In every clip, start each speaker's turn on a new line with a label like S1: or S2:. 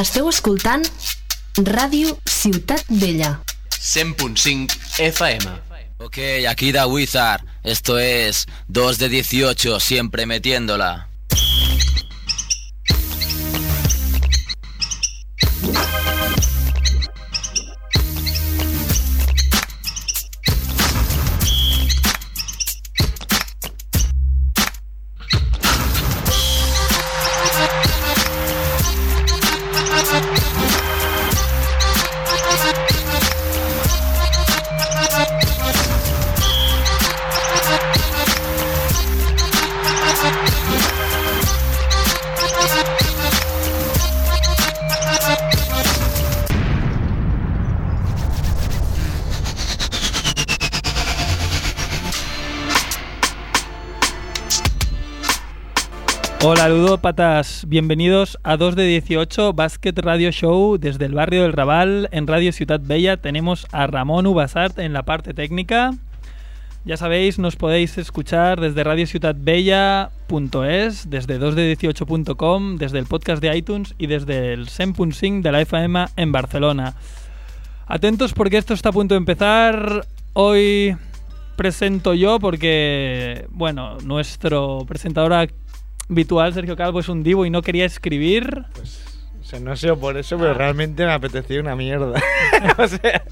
S1: Esteu escoltant Ràdio Ciutat Vella.
S2: 100.5 FM.
S3: Ok, aquí da Wizard. Esto es 2 de 18, siempre metiéndola.
S4: Hola ludópatas, bienvenidos a 2 de 18 Basket Radio Show desde el barrio del Raval en Radio Ciudad Bella. Tenemos a Ramón Ubasart en la parte técnica. Ya sabéis, nos podéis escuchar desde radiociutatbella.es, desde 2de18.com, desde el podcast de iTunes y desde el 100.5 de la FM en Barcelona. Atentos porque esto está a punto de empezar. Hoy presento yo porque, bueno, nuestro presentador habitual, Sergio Calvo, es un divo y no quería escribir.
S5: Pues,
S4: Ah.
S5: O sea, no sé por eso, pero realmente me apetecía una mierda. o sea,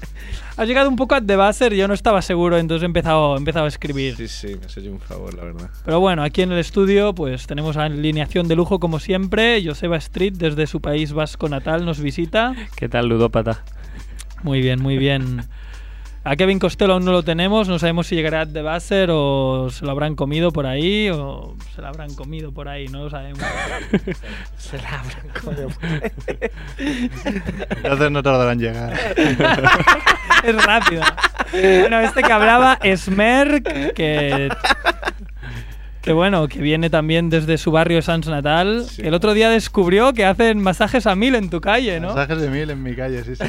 S4: Has llegado un poco a The Buzzer, yo no estaba seguro, entonces he empezado, he empezado a escribir.
S5: sí, sí, me has hecho un favor, pues, la verdad.
S4: Pero bueno, aquí en el estudio pues tenemos alineación de lujo como siempre. Joseba Street desde su país vasco natal nos visita.
S6: ¿Qué tal, ludópata?
S4: Muy bien, muy bien. A Kevin Costello aún no lo tenemos, no sabemos si llegará de Basser o se lo habrán comido por ahí o se lo habrán comido por ahí, no lo sabemos.
S5: Se la abran
S6: Entonces no tardarán en llegar.
S4: es rápido. Bueno, este que hablaba es Merck, que, que bueno, que viene también desde su barrio Sans Natal.
S5: Sí.
S4: que El otro día descubrió que hacen masajes a mil en tu calle, ¿no?
S6: Mensajes de mil en mi calle, sí, sí.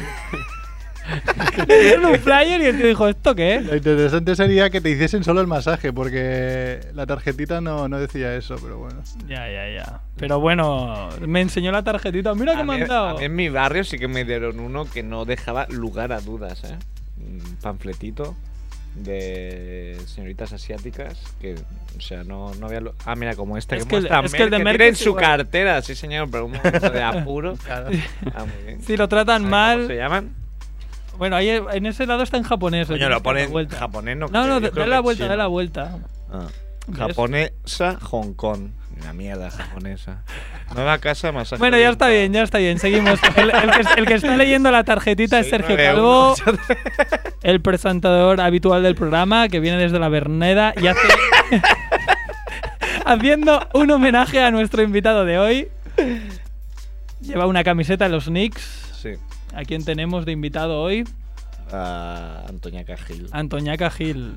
S4: Le dieron un flyer y el tío dijo, ¿esto qué es?
S6: Eh, Lo interesante sería que te hiciesen solo el masaje, porque la tarjetita no, no decía eso, pero bueno.
S4: Ya, ya, ya. Pero bueno, me enseñó la tarjetita. Mira que
S5: A
S4: me
S5: mí-
S4: han dado.
S5: a mí en mi barrio sí que me dieron uno que no dejaba lugar a dudas, ¿eh? Un panfletito de señoritas asiáticas que, o sea, no, no había... lu- Ah, mira, como este
S4: Es
S5: que,
S4: que el-
S5: muestra
S4: es que el de
S5: Merck,
S4: Merck
S5: tiene en
S4: es
S5: su
S4: igual.
S5: cartera, sí señor, pero un momento de apuro. Ah, muy bien.
S4: Si lo tratan
S5: ¿Saben ¿Cómo se
S4: mal.
S5: llaman?
S4: Bueno, ahí en ese lado está en japonés. le
S5: Coño,
S4: tienes que
S5: lo
S4: dar
S5: ponen
S4: la
S5: en
S4: vuelta.
S5: japonés, no
S4: No,
S5: creo,
S4: no,
S5: yo
S4: da
S5: creo
S4: la
S5: que
S4: vuelta, da
S5: chino.
S4: la vuelta.
S5: Ah.
S4: ¿Ves?
S5: Japonesa, Hong Kong. Una mierda japonesa. Nueva casa, masaje.
S4: Bueno, ya está bien, ya está bien, seguimos. El, el que, el que está leyendo la tarjetita es Sergio Calvo, el presentador habitual del programa, que viene desde la Berneda y hace... haciendo un homenaje a nuestro invitado de hoy. Lleva una camiseta de los Knicks.
S5: Sí.
S4: ¿A quién tenemos de invitado hoy?
S5: Ah, Antonia Cajil.
S4: Antoñaca Gil.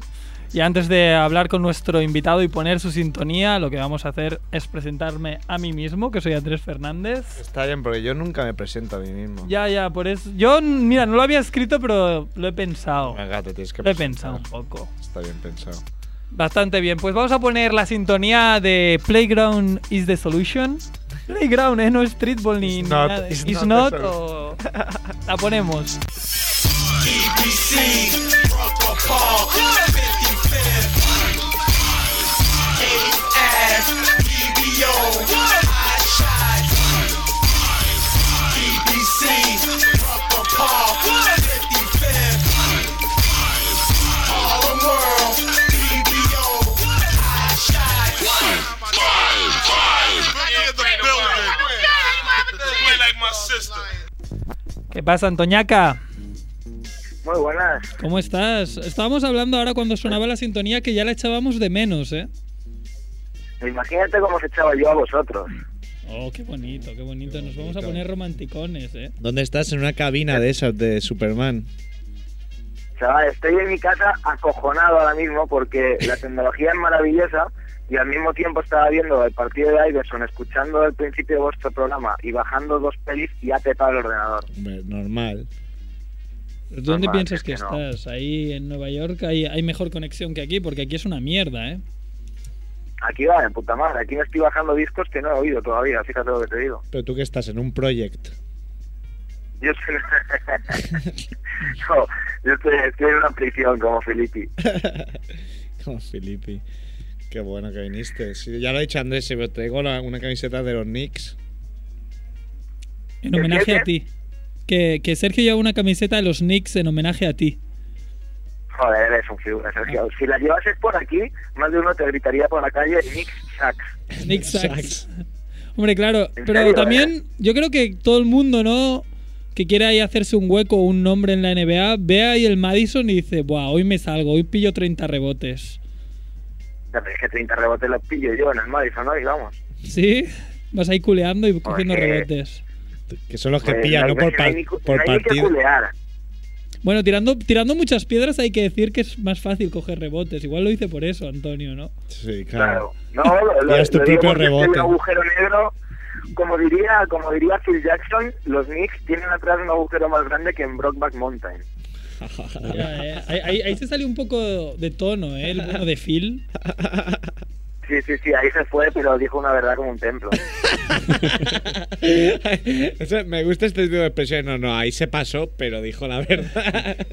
S4: Y antes de hablar con nuestro invitado y poner su sintonía, lo que vamos a hacer es presentarme a mí mismo, que soy Andrés Fernández.
S5: Está bien, porque yo nunca me presento a mí mismo.
S4: Ya, ya, por eso. Yo, mira, no lo había escrito, pero lo he pensado.
S5: Venga, te tienes que
S4: Lo he
S5: presentar.
S4: pensado un poco.
S5: Está bien pensado.
S4: Bastante bien. Pues vamos a poner la sintonía de Playground is the solution. Playground, ¿eh? No es streetball ni
S5: Is
S4: ni
S5: not-
S4: nada.
S5: is
S4: Is
S5: not
S4: not.
S5: the
S4: o- La ponemos.
S7: Play like my sister.
S4: ¿Qué pasa, Antoñaca?
S8: Muy buenas.
S4: ¿Cómo estás? Estábamos hablando ahora cuando sonaba la sintonía que ya la echábamos de menos, ¿eh?
S8: Imagínate cómo os echaba yo a vosotros.
S4: Oh, qué bonito, qué bonito. Nos vamos a poner romanticones, ¿eh?
S9: ¿Dónde estás? En una cabina de esas de Superman.
S8: Chaval, estoy en mi casa acojonado ahora mismo porque la tecnología es maravillosa y al mismo tiempo estaba viendo el partido de Iverson, escuchando el principio de vuestro programa y bajando dos pelis y ha petado el ordenador.
S9: Hombre, normal.
S4: ¿Dónde
S8: Normal,
S4: piensas
S8: es
S4: que,
S8: que no.
S4: estás? Ahí en Nueva York hay, hay mejor conexión que aquí, porque aquí es una mierda, ¿eh?
S8: Aquí va, de puta madre. Aquí me estoy bajando discos que no he oído todavía, fíjate lo que te digo.
S9: Pero tú que estás en un project.
S8: Yo estoy, no, yo estoy, estoy en una prisión como Filippi.
S5: Como Filippi. Qué bueno que viniste. Sí, ya lo ha dicho Andrés, pero traigo la- una camiseta de los Knicks.
S4: En homenaje a ti. Que, que Sergio lleva una camiseta de los Knicks en homenaje a ti.
S8: Joder, eres un figura, Sergio.
S5: Ah.
S8: Si la llevases por aquí, más de uno te gritaría por la calle Nick Sachs.
S4: Knicks
S5: Sacks.
S4: Sacks. Hombre, claro.
S8: ¿En
S4: Pero
S8: serio,
S4: también yo creo que todo el mundo, ¿no? Que quiera ahí hacerse un hueco o un nombre en la NBA, ve ahí el Madison y dice, Buah, hoy me salgo, hoy pillo 30 rebotes.
S8: Ya, pero es que 30 rebotes los pillo yo en el Madison, ¿no? Y vamos.
S4: ¿Sí? Vas ahí culeando
S8: Pues
S4: y cogiendo
S8: Joder.
S4: rebotes.
S5: Que son los que
S8: Eh,
S5: pillan, no
S8: hay-
S5: por,
S8: no hay
S5: par-
S8: ni cu-
S5: por
S8: no hay ni que
S5: partido.
S8: culear.
S4: Bueno, tirando, tirando muchas piedras hay que decir que es más fácil coger rebotes. Igual lo hice por eso, Antonio, ¿no?
S5: Sí,
S8: Claro.
S5: claro.
S8: No, lo, lo-
S5: es tu
S8: lo digo
S5: propio
S8: porque
S5: rebote.
S8: es el agujero negro, como diría, como diría Phil Jackson, los Knicks tienen atrás un agujero más grande que en Brockback Mountain.
S4: Ya, Ah, eh. ahí, ahí- ahí se salió un poco de tono, ¿eh? El bueno de Phil.
S8: Sí, sí, sí, ahí se fue, pero dijo una verdad como un templo.
S5: Eso- me gusta este tipo de expresiones. No, no, ahí se pasó, pero dijo la verdad.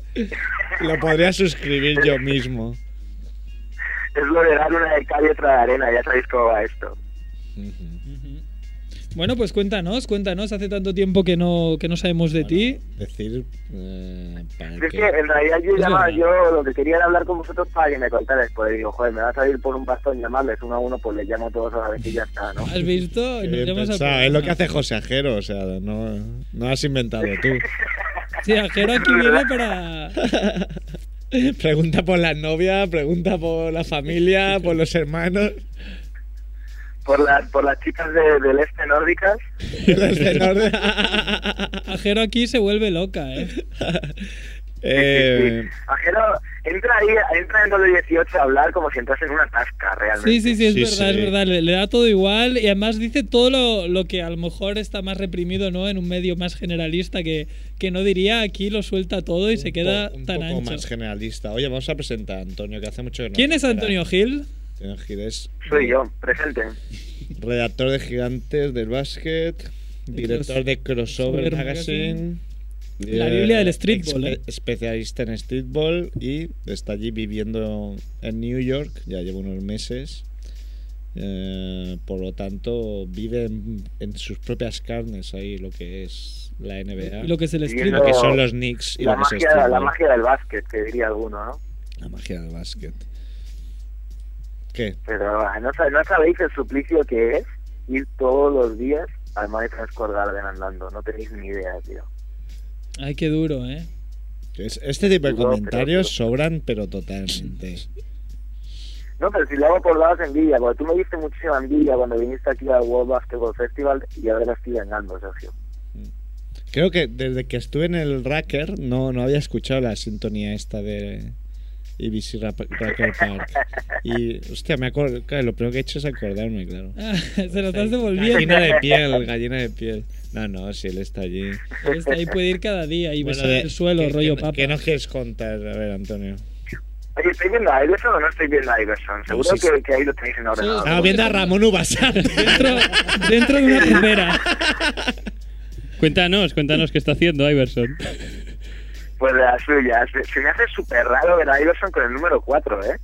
S5: lo podría suscribir yo mismo.
S8: Es lo de dar una de cal y otra de arena, ya sabéis cómo va esto.
S4: Bueno, pues cuéntanos, cuéntanos. Hace tanto tiempo que no, que no sabemos de ti.
S5: Decir. eh, para
S8: Es que
S5: que-
S8: en realidad yo
S4: Es
S8: llamaba,
S4: verdad.
S8: yo lo que quería era hablar con vosotros para que me contarais, pues digo, joder, me vas a ir por un bastón y llamarles uno a uno, pues les llamo todos a la vez y ya está, ¿no?
S4: ¿Has visto?
S5: Qué
S4: Nos
S5: bien
S4: llamas al
S5: pensado, es lo que
S4: programa.
S5: hace José Ajero, o sea, no, no has inventado tú.
S4: Sí, Ajero aquí viene para.
S5: pregunta por la novia, pregunta por la familia, por los hermanos,
S8: Por las, por las chicas de- del este nórdicas,
S5: los del norte.
S4: Ajero aquí se vuelve loca, ¿eh?
S5: Eh,
S8: Ajero, entra ahí, entra en W18 a hablar como si entrase en una tasca, realmente.
S4: Sí, sí, sí, es
S5: Sí,
S4: verdad,
S5: sí.
S4: es verdad. Le, le da todo igual y además dice todo lo, lo que a lo mejor está más reprimido, ¿no? En un medio más generalista que, que no diría aquí, lo suelta todo y se queda
S5: un po-
S4: tan
S5: un poco más
S4: ancho.
S5: generalista. Oye, vamos a presentar a Antonio, que hace mucho que no.
S4: ¿Quién es
S5: espera.
S4: Antonio Gil?
S5: Antonio Gil es
S8: Soy yo, presente.
S5: redactor de Gigantes del Básquet, director de Crossover
S4: Crossover
S5: Magazine. eh,
S4: La Biblia del streetball,
S5: expe-
S4: eh.
S5: Especialista en streetball y está allí viviendo en New York, ya lleva unos meses. Eh, por lo tanto, vive en, en sus propias carnes ahí lo que es la NBA.
S4: Y Lo que se le
S8: Sí,
S4: escribe.
S5: lo que son los Knicks y
S8: La
S5: lo que es
S8: magia,
S5: streetball.
S8: la magia del básquet, que diría alguno, ¿no?
S5: La magia del básquet. ¿Qué?
S8: Pero ah, ¿no, sa- no sabéis el suplicio que es ir todos los días al Madison Square Garden andando. No tenéis ni idea, tío.
S4: Ay, qué duro, ¿eh?
S5: Es- Este tipo de
S8: No, pero-
S5: comentarios sobran, pero totalmente.
S8: No, pero si lo hago por dadas envidia, porque tú me diste muchísima envidia cuando viniste aquí al World Basketball Festival y ahora la estoy ganando, Sergio.
S5: Creo que desde que estuve en el Racker no, no había escuchado la sintonía esta de IBC Rap- Racker Park. Y, hostia, me acuerdo, claro, lo primero que he hecho es acordarme, claro.
S4: Ah, se lo estás
S5: Gallina
S4: devolviendo.
S5: de piel, gallina de piel. No, no, si él está allí.
S4: Está ahí puede ir cada día y
S5: Bueno,
S4: besar
S5: de-
S4: el suelo,
S5: ¿qué-
S4: rollo
S5: qué-
S4: papa.
S5: ¿Qué nos quieres contar? A ver, Antonio.
S8: Oye, ¿estoy viendo a Iverson o no estoy viendo a Iverson? Seguro
S5: sí, sí.
S8: que, que ahí lo tenéis en
S4: Ah,
S8: ordenador.
S5: Estaba viendo a Ramón Ubasar.
S4: Dentro, dentro de una pecera.
S10: Cuéntanos, cuéntanos qué está haciendo Iverson.
S8: Pues la suya. Se, se me hace súper raro ver a Iverson con el número 4, ¿eh?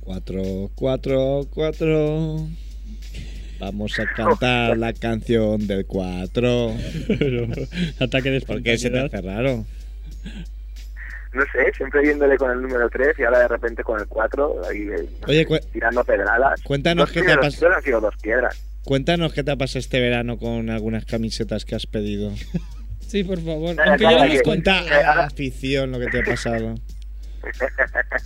S5: 4, 4, 4. Vamos a cantar la canción del 4.
S10: Pero, Ataque de
S5: Porque se te
S10: espontaneidad.
S5: hace raro.
S8: No sé, siempre viéndole con el número 3 y ahora de repente con el 4, ahí eh, no
S5: Oye,
S8: sé,
S5: cu-
S8: tirando pedradas.
S5: cuéntanos
S8: Dos
S5: qué te ha
S8: primeros
S5: pas-
S8: tiros han sido dos piedras.
S5: Cuéntanos qué te ha pasado este verano con algunas camisetas que has pedido.
S4: Sí, por favor.
S8: Nada,
S4: Aunque ya lo
S8: nada,
S4: hemos
S8: que-
S4: contado.
S5: Cuenta a la afición lo que te ha pasado.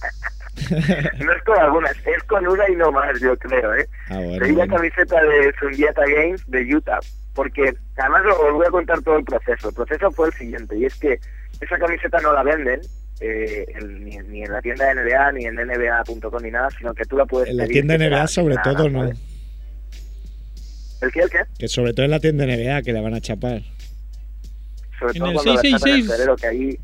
S8: No es con algunas, es con una y no más, yo creo, ¿eh?
S5: Ah, bueno.
S8: Pedí la
S5: bueno.
S8: camiseta de Sundiata Games de Utah, porque además lo- os voy a contar todo el proceso. El proceso fue el siguiente, y es que esa camiseta no la venden eh, en- ni, ni en la tienda de NBA, ni en NBA.com, ni nada, sino que tú la puedes
S5: En la
S8: pedir
S5: tienda
S8: que te la-
S5: NBA sobre
S8: nada,
S5: todo, ¿no?
S8: ¿sabes? ¿El qué, el qué?
S5: Que sobre todo en la tienda NBA que la van a chapar.
S8: Sobre
S4: En
S8: todo
S4: el
S8: cuando la sacan en
S4: 666.
S8: febrero, que ahí...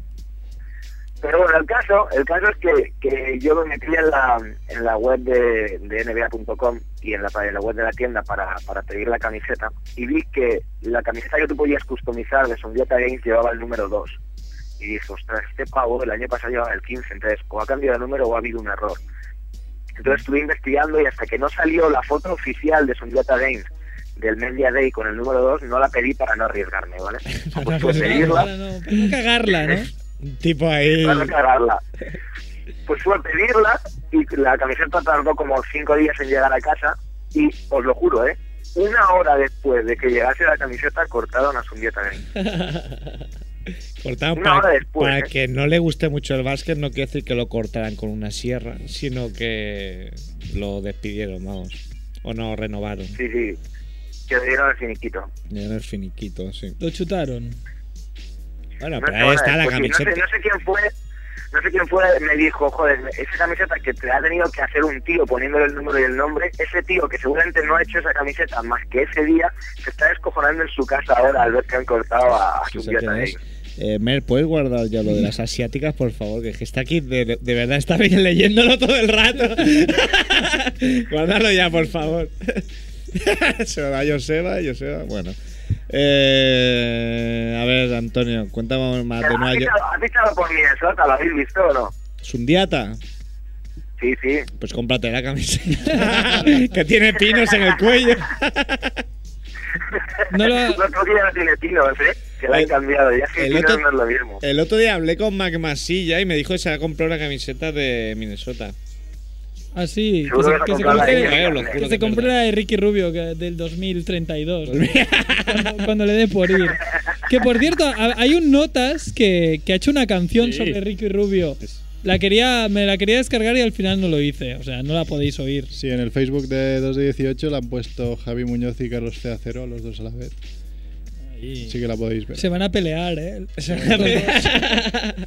S8: Pero bueno, el caso, el caso es que, que yo me metí en la, en la web de, de NBA.com y en la, en la web de la tienda para, para pedir la camiseta y vi que la camiseta que tú podías customizar de Sundiata Games llevaba el número 2. Y dije, ostras, este pavo el año pasado llevaba el 15, entonces o ha cambiado de número o ha habido un error. Entonces estuve investigando y hasta que no salió la foto oficial de Sundiata Games del Media Day con el número 2, no la pedí para no arriesgarme, ¿vale? Pues por pedirla,
S4: Para no, para no cagarla, ¿no?
S5: Un tipo ahí.
S8: para no cagarla. Pues fui a pedirla y la camiseta tardó como cinco días en llegar a casa y os lo juro, ¿eh? Una hora después de que llegase la camiseta cortaron a Sundiata Games.
S5: Cortado
S8: Una
S5: para,
S8: hora después,
S5: para
S8: ¿eh?
S5: que no le guste mucho el básquet, no quiere decir que lo cortaran con una sierra, sino que lo despidieron, vamos. O no renovaron.
S8: Sí, sí. Que le dieron el finiquito.
S5: Ya era el finiquito, sí.
S4: Lo chutaron.
S5: Bueno,
S8: Una
S5: pero ahí
S8: hora
S5: está la
S8: después. Y
S5: camiseta.
S8: pues No sé, no sé quién fue, no sé quién fue, me dijo, joder, esa camiseta que te ha tenido que hacer un tío poniéndole el número y el nombre, ese tío que seguramente no ha hecho esa camiseta más que ese día, se está descojonando en su casa ahora al ver que han cortado a
S5: Sí,
S8: su
S5: sé
S8: dieta
S5: quién
S8: de
S5: es. Eh, Mer, ¿puedes guardar ya lo de las asiáticas, por favor? Que es que está aquí, de, de verdad está bien leyéndolo todo el rato. Guárdalo ya, por favor. Se lo da a Joseba, Joseba, bueno. Eh, a ver, Antonio, cuéntame más de
S8: ¿Has
S5: Nueva York.
S8: fichado- has fichado por Minnesota? ¿Lo habéis visto o no?
S5: Sundiata,
S8: Sí, sí.
S5: pues cómprate la camiseta que tiene pinos en el cuello.
S11: No lo-
S8: No, creo que ya no tiene Tinos, ¿eh? Que la han
S5: El-
S8: cambiado. Ya que
S5: el
S8: Tinos
S5: otro- Eh,
S8: no es lo mismo.
S5: El otro día hablé con Mac Masilla y me dijo que se ha comprado la camiseta de Minnesota.
S4: Ah, sí. Que
S8: Seguro
S4: se,
S8: que
S4: que se
S8: se compró la
S4: compre,
S8: de
S5: Claro,
S8: Tinos,
S5: lo
S4: que
S5: juro.
S8: ¿eh?
S4: se compre la de Ricky Rubio que- del 2032. cuando, cuando le dé por ir. Que por cierto, ha- hay un Notas que, que ha hecho una canción
S10: Sí.
S4: sobre Ricky Rubio. La quería, me la quería descargar y al final no lo hice. O sea, no la podéis oír.
S6: Sí, en el Facebook de 218 la han puesto Javi Muñoz y Carlos Cero a los dos a la vez. Así que la podéis ver.
S4: Se van a pelear, ¿eh?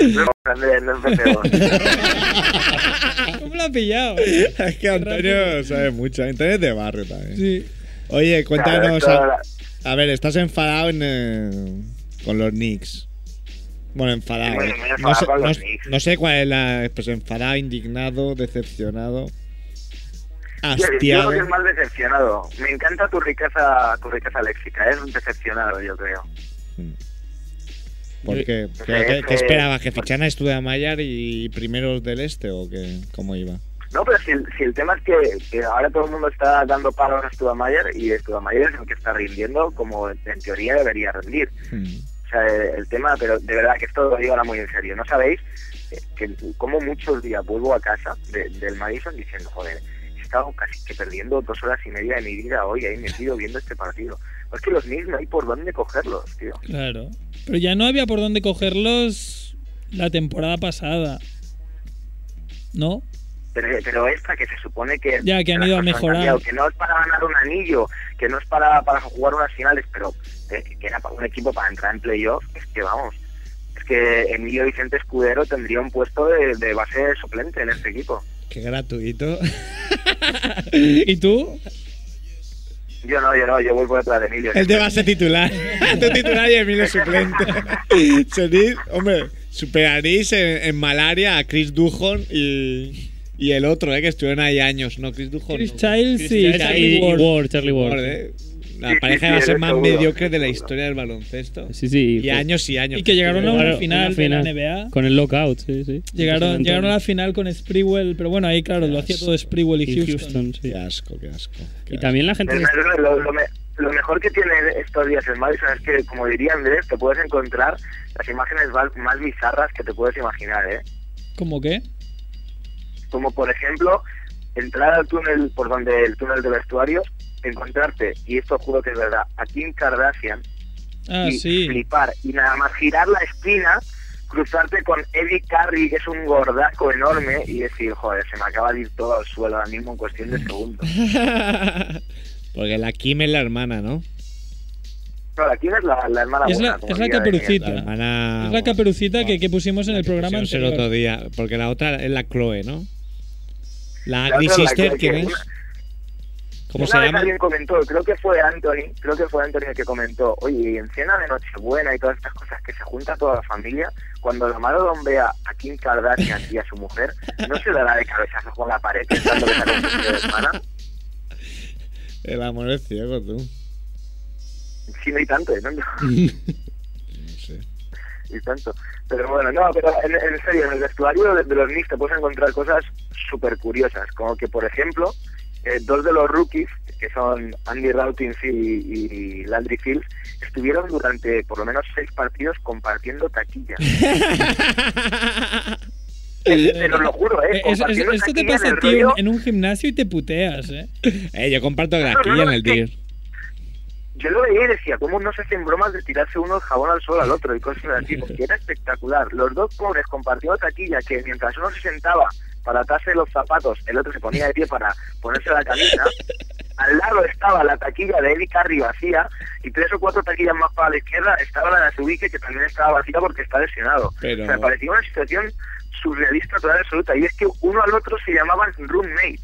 S8: No, Andrés, no empecemos.
S4: ¿Cómo la ha pillado?
S5: es que Antonio sabe mucho. Antonio es de barrio también.
S4: Sí.
S5: Oye,
S8: Claro,
S5: cuéntanos.
S8: esto
S5: a-
S8: era-
S5: A ver, estás enfadado en, eh, con los Knicks. Bueno, enfadado.
S8: Bueno,
S5: eh.
S8: me he
S5: no,
S8: enfadado
S5: sé,
S8: con
S5: no
S8: los
S5: sé-
S8: Knicks.
S5: no sé cuál es la expresión. Enfadado, indignado, decepcionado.
S8: Yo
S5: Hastiado.
S8: creo que es más decepcionado. Me encanta tu riqueza, tu riqueza léxica. Es un decepcionado, yo creo.
S5: ¿Por qué? ¿Qué,
S8: Sí,
S5: qué-
S8: sí.
S5: qué esperabas? ¿Que ficharan a Studamayer y primeros del este o qué? ¿Cómo iba?
S8: No, pero si, el- si el tema es que, que ahora todo el mundo está dando palos a Studamayer y Studamayer es el que está rindiendo como en en teoría debería rendir.
S5: Hmm.
S8: O sea, eh, el tema, pero de verdad que esto lo digo ahora muy en serio. ¿No sabéis eh, que como muchos días vuelvo a casa de- del Madison diciendo, joder, he estado casi que perdiendo dos horas y media de mi vida hoy ahí metido viendo este partido? Es que los Knicks no hay por dónde cogerlos, tío.
S4: Claro. Pero ya no había por dónde cogerlos la temporada pasada. ¿No?
S8: Pero, pero esta que se supone que...
S4: Ya, que han
S8: las
S4: ido a
S8: cosas
S4: mejorar.
S8: cambiado, que no es para ganar un anillo, que no es para, para jugar unas finales, pero eh, que era para un equipo para entrar en playoff, es que vamos, es que Emilio Vicente Escudero tendría un puesto de, de base suplente en este equipo.
S5: Qué gratuito.
S4: ¿Y tú?
S8: Yo no, yo no, yo vuelvo detrás de Emilio.
S5: El de base titular. tu titular y Emilio suplente. Serís, hombre, superaréis en, en malaria a Chris Dujon y, y el otro, eh, que estuvieron ahí años. No, Chris Dujon.
S4: Chris
S5: no.
S4: Childs y
S10: Sí,
S4: Charlie
S10: y
S4: Ward.
S10: Ward, Charlie Ward.
S5: Ward, eh. La
S8: Sí,
S5: pareja
S8: sí,
S5: va a
S8: sí,
S5: ser
S8: estoy
S5: más
S8: seguro,
S5: mediocre de la
S8: estoy
S5: historia del baloncesto.
S10: Sí, sí.
S5: Y
S10: fue-
S5: años y años.
S4: pues, Y que llegaron a
S10: Claro,
S4: una
S10: una
S4: final,
S10: final.
S4: de la NBA.
S10: Con el lockout, sí, sí.
S4: Llegaron,
S10: Entonces,
S4: llegaron a la final con Sprewell, pero bueno, ahí claro, lo hacía todo Sprewell y
S10: y
S4: Houston.
S10: Houston, sí.
S5: Qué asco, qué asco. qué
S10: Y
S5: asco.
S10: también la gente.
S8: Pero es Lo, lo me- lo mejor que tiene estos días el Madison es que, como diría Andrés, te puedes encontrar las imágenes más- más bizarras que te puedes imaginar, ¿eh?
S4: ¿Cómo qué?
S8: como por ejemplo entrar al túnel por donde el túnel de vestuarios, encontrarte, y esto juro que es verdad, a Kim Kardashian
S4: Ah,
S8: y
S4: sí.
S8: flipar, y nada más girar la esquina, cruzarte con Eddie Carey, que es un gordaco enorme, y decir, joder, se me acaba de ir todo al suelo ahora mismo en cuestión
S4: Mm.
S8: de segundos.
S5: Porque la Kim es la hermana, ¿no?
S8: No, la Kim es la, la hermana
S4: Es la-
S8: buena, como
S4: es la
S8: diría
S4: caperucita.
S5: La
S4: Claro.
S5: hermana.
S4: es la caperucita
S5: Buah,
S4: que, que pusimos en
S5: Ah, la
S4: el
S5: que
S4: programa
S5: pusimos el
S4: anterior.
S5: otro día. Porque la otra es la Chloe, ¿no? La
S8: Daniel. La
S5: Agri
S8: otra es la
S5: Sister,
S8: que-
S5: ¿quién
S8: que
S5: es?
S8: una-
S5: ¿Cómo
S8: Una
S5: se
S8: vez
S5: llama?
S8: alguien comentó, creo que fue Anthony, creo que fue Anthony el que comentó, oye, y en cena de Nochebuena y todas estas cosas que se junta toda la familia, cuando la Marodon vea a Kim Kardashian y a su mujer, no se dará de cabezazo con la pared pensando que sale un vestido de hermana.
S5: El amor es ciego, tú.
S8: Sí, no hay tanto, ¿eh? no,
S5: No sé.
S8: y tanto. Pero bueno, no, pero en, en serio, en el vestuario de, de los Knicks te puedes encontrar cosas súper curiosas, como que, por ejemplo, eh, dos de los rookies, que son Andy Rautins y, y Landry Fields, estuvieron durante por lo menos seis partidos compartiendo taquilla. Eh, pero lo juro, ¿eh?
S4: Eh, eso-
S8: compartiendo
S4: esto te
S8: taquilla
S4: pasa
S8: en
S4: a
S8: el
S4: ti en,
S8: rollo-
S4: en un gimnasio y te puteas, ¿eh?
S5: Eh, yo comparto
S8: No,
S5: aquí
S8: no,
S5: en
S8: no,
S5: el
S8: es que-
S5: Digger.
S8: Yo lo veía y decía, ¿cómo no se hacen bromas de tirarse uno el jabón al sol al otro y cosas así? Porque era espectacular. Los dos pobres compartiendo taquilla que mientras uno se sentaba para atarse los zapatos, el otro se ponía de pie para ponerse la camisa. Al lado estaba la taquilla de Eddie Carry vacía y tres o cuatro taquillas más para la izquierda estaba la de Azubique que también estaba vacía porque está lesionado.
S5: Pero-
S8: O sea, parecía una situación surrealista total y absoluta. Y es que uno al otro se llamaban roommate.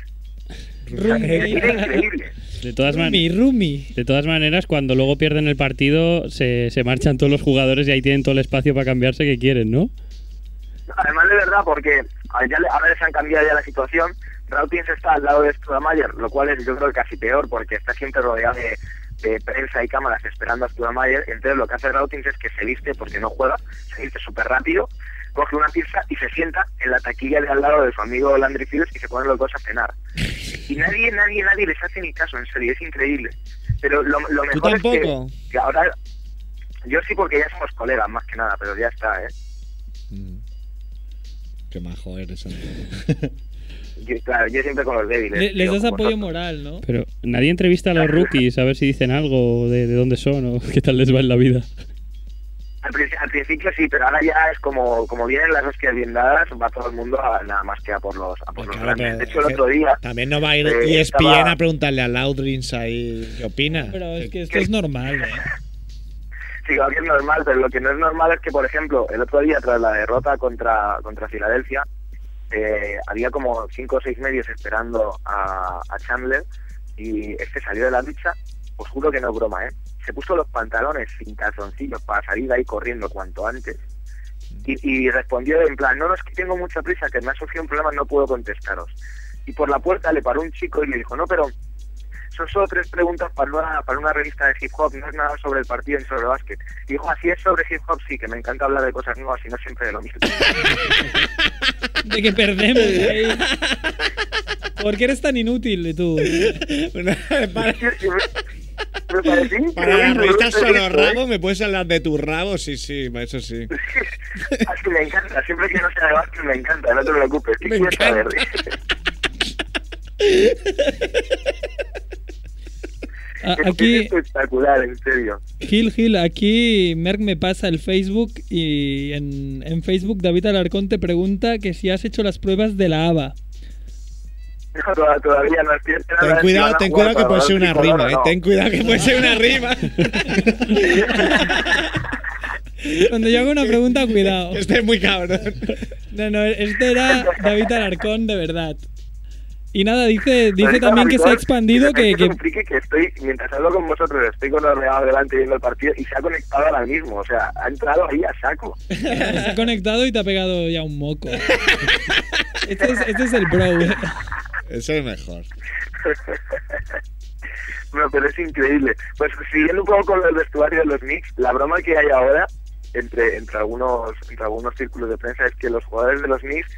S8: Era increíble.
S10: De todas, man-
S4: Rumi, Rumi.
S10: de todas maneras, cuando luego pierden el partido, se, se marchan todos los jugadores y ahí tienen todo el espacio para cambiarse que quieren, ¿no?
S8: Además de verdad, porque a- ya le- ahora les han cambiado ya la situación. Rautins está al lado de Studamayer, lo cual es yo creo casi peor porque está siempre rodeado de, de prensa y cámaras esperando a Studamayer. Entonces lo que hace Rautins es que se viste porque no juega, se viste súper rápido, coge una pizza y se sienta en la taquilla de al lado de su amigo Landry Fields y se ponen los dos a cenar. Y nadie, nadie, nadie les hace ni caso, en serio, es increíble. Pero lo, lo
S5: Tú
S8: mejor es que-
S5: tampoco.
S8: que ahora... Yo sí porque ya somos colegas, más que nada, pero ya está, ¿eh?
S5: Qué majo eres, Antonio.
S8: Yo, claro, yo siempre con los débiles.
S4: Le- les
S8: tío,
S4: das
S8: como
S4: apoyo
S8: nosotros.
S4: moral, ¿no?
S10: Pero nadie entrevista a los rookies a ver si dicen algo de, de dónde son o qué tal les va en la vida.
S8: Al, princi- al principio sí, pero ahora ya es como, como vienen las hostias bien dadas, va todo el mundo a, nada más que a por los, a por los
S5: Pues Claro,
S8: grandes.
S5: pero
S8: De hecho, el
S5: es que
S8: otro día.
S5: También no va a ir
S8: eh,
S5: ESPN
S8: estaba-
S5: a preguntarle a Laudrins ahí qué opina.
S4: Pero es que esto es normal, ¿eh?
S8: Sí, claro que es normal, pero lo que no es normal es que, por ejemplo, el otro día, tras la derrota contra, contra Filadelfia, eh, había como cinco o seis medios esperando a, a Chandler y este salió de la ducha. Os juro que no es broma, ¿eh? Se puso los pantalones sin calzoncillos para salir de ahí corriendo cuanto antes. Y, y respondió en plan, no, no, es que tengo mucha prisa, que me ha surgido un problema, no puedo contestaros. Y por la puerta le paró un chico y le dijo, no, pero son solo tres preguntas para una, para una revista de hip hop, no es nada sobre el partido ni sobre el básquet. Y dijo, así es sobre hip hop, sí, que me encanta hablar de cosas nuevas y no siempre de lo mismo.
S4: De que perdemos ahí. ¿Por qué eres tan inútil tú?
S5: para,
S8: Me pareció
S5: para
S8: increíble,
S5: las
S8: ¿no?
S5: revistas
S8: Esto,
S5: solo
S8: ¿eh?
S5: rabo, ¿me puedes hablar de tu rabo? Sí, sí, eso sí.
S8: Así me encanta, siempre que no sea de básquet me encanta, no te preocupes. ¿Qué
S5: Me
S8: quieres saber?
S4: A-
S5: Ah,
S8: Es
S4: aquí,
S8: espectacular, en serio.
S4: Gil, Gil, aquí Merck me pasa el Facebook y en, en Facebook David Alarcón te pregunta que si has hecho las pruebas de la ABA.
S8: No, toda- todavía no estoy esperando
S5: Ten
S8: a ver si van
S5: cuidado,
S8: a
S5: ten
S8: jugar
S5: cuidado que
S8: para
S5: puede
S8: los
S5: ser una
S8: tricolor
S5: rima,
S8: o
S5: eh.
S8: no.
S5: Ten cuidado que puede ser una rima.
S4: Cuando yo hago una pregunta, cuidado.
S5: Este es muy cabrón.
S4: No, no, este era David Alarcón de verdad. Y nada, dice, dice
S8: Ahorita,
S4: también que se ha
S8: Maricón,
S4: expandido,
S8: de
S4: que,
S8: repente
S4: que-
S8: os explique que estoy, mientras hablo con vosotros, estoy con los regalos delante viendo el partido y se ha conectado ahora mismo. O sea, ha entrado ahí a saco.
S4: se ha conectado y te ha pegado ya un moco. Este es, este es el bro.
S5: Eso es mejor.
S8: No, pero es increíble. Pues siguiendo un poco con el vestuario de los Knicks, la broma que hay ahora entre entre algunos entre algunos círculos de prensa es que los jugadores de los Knicks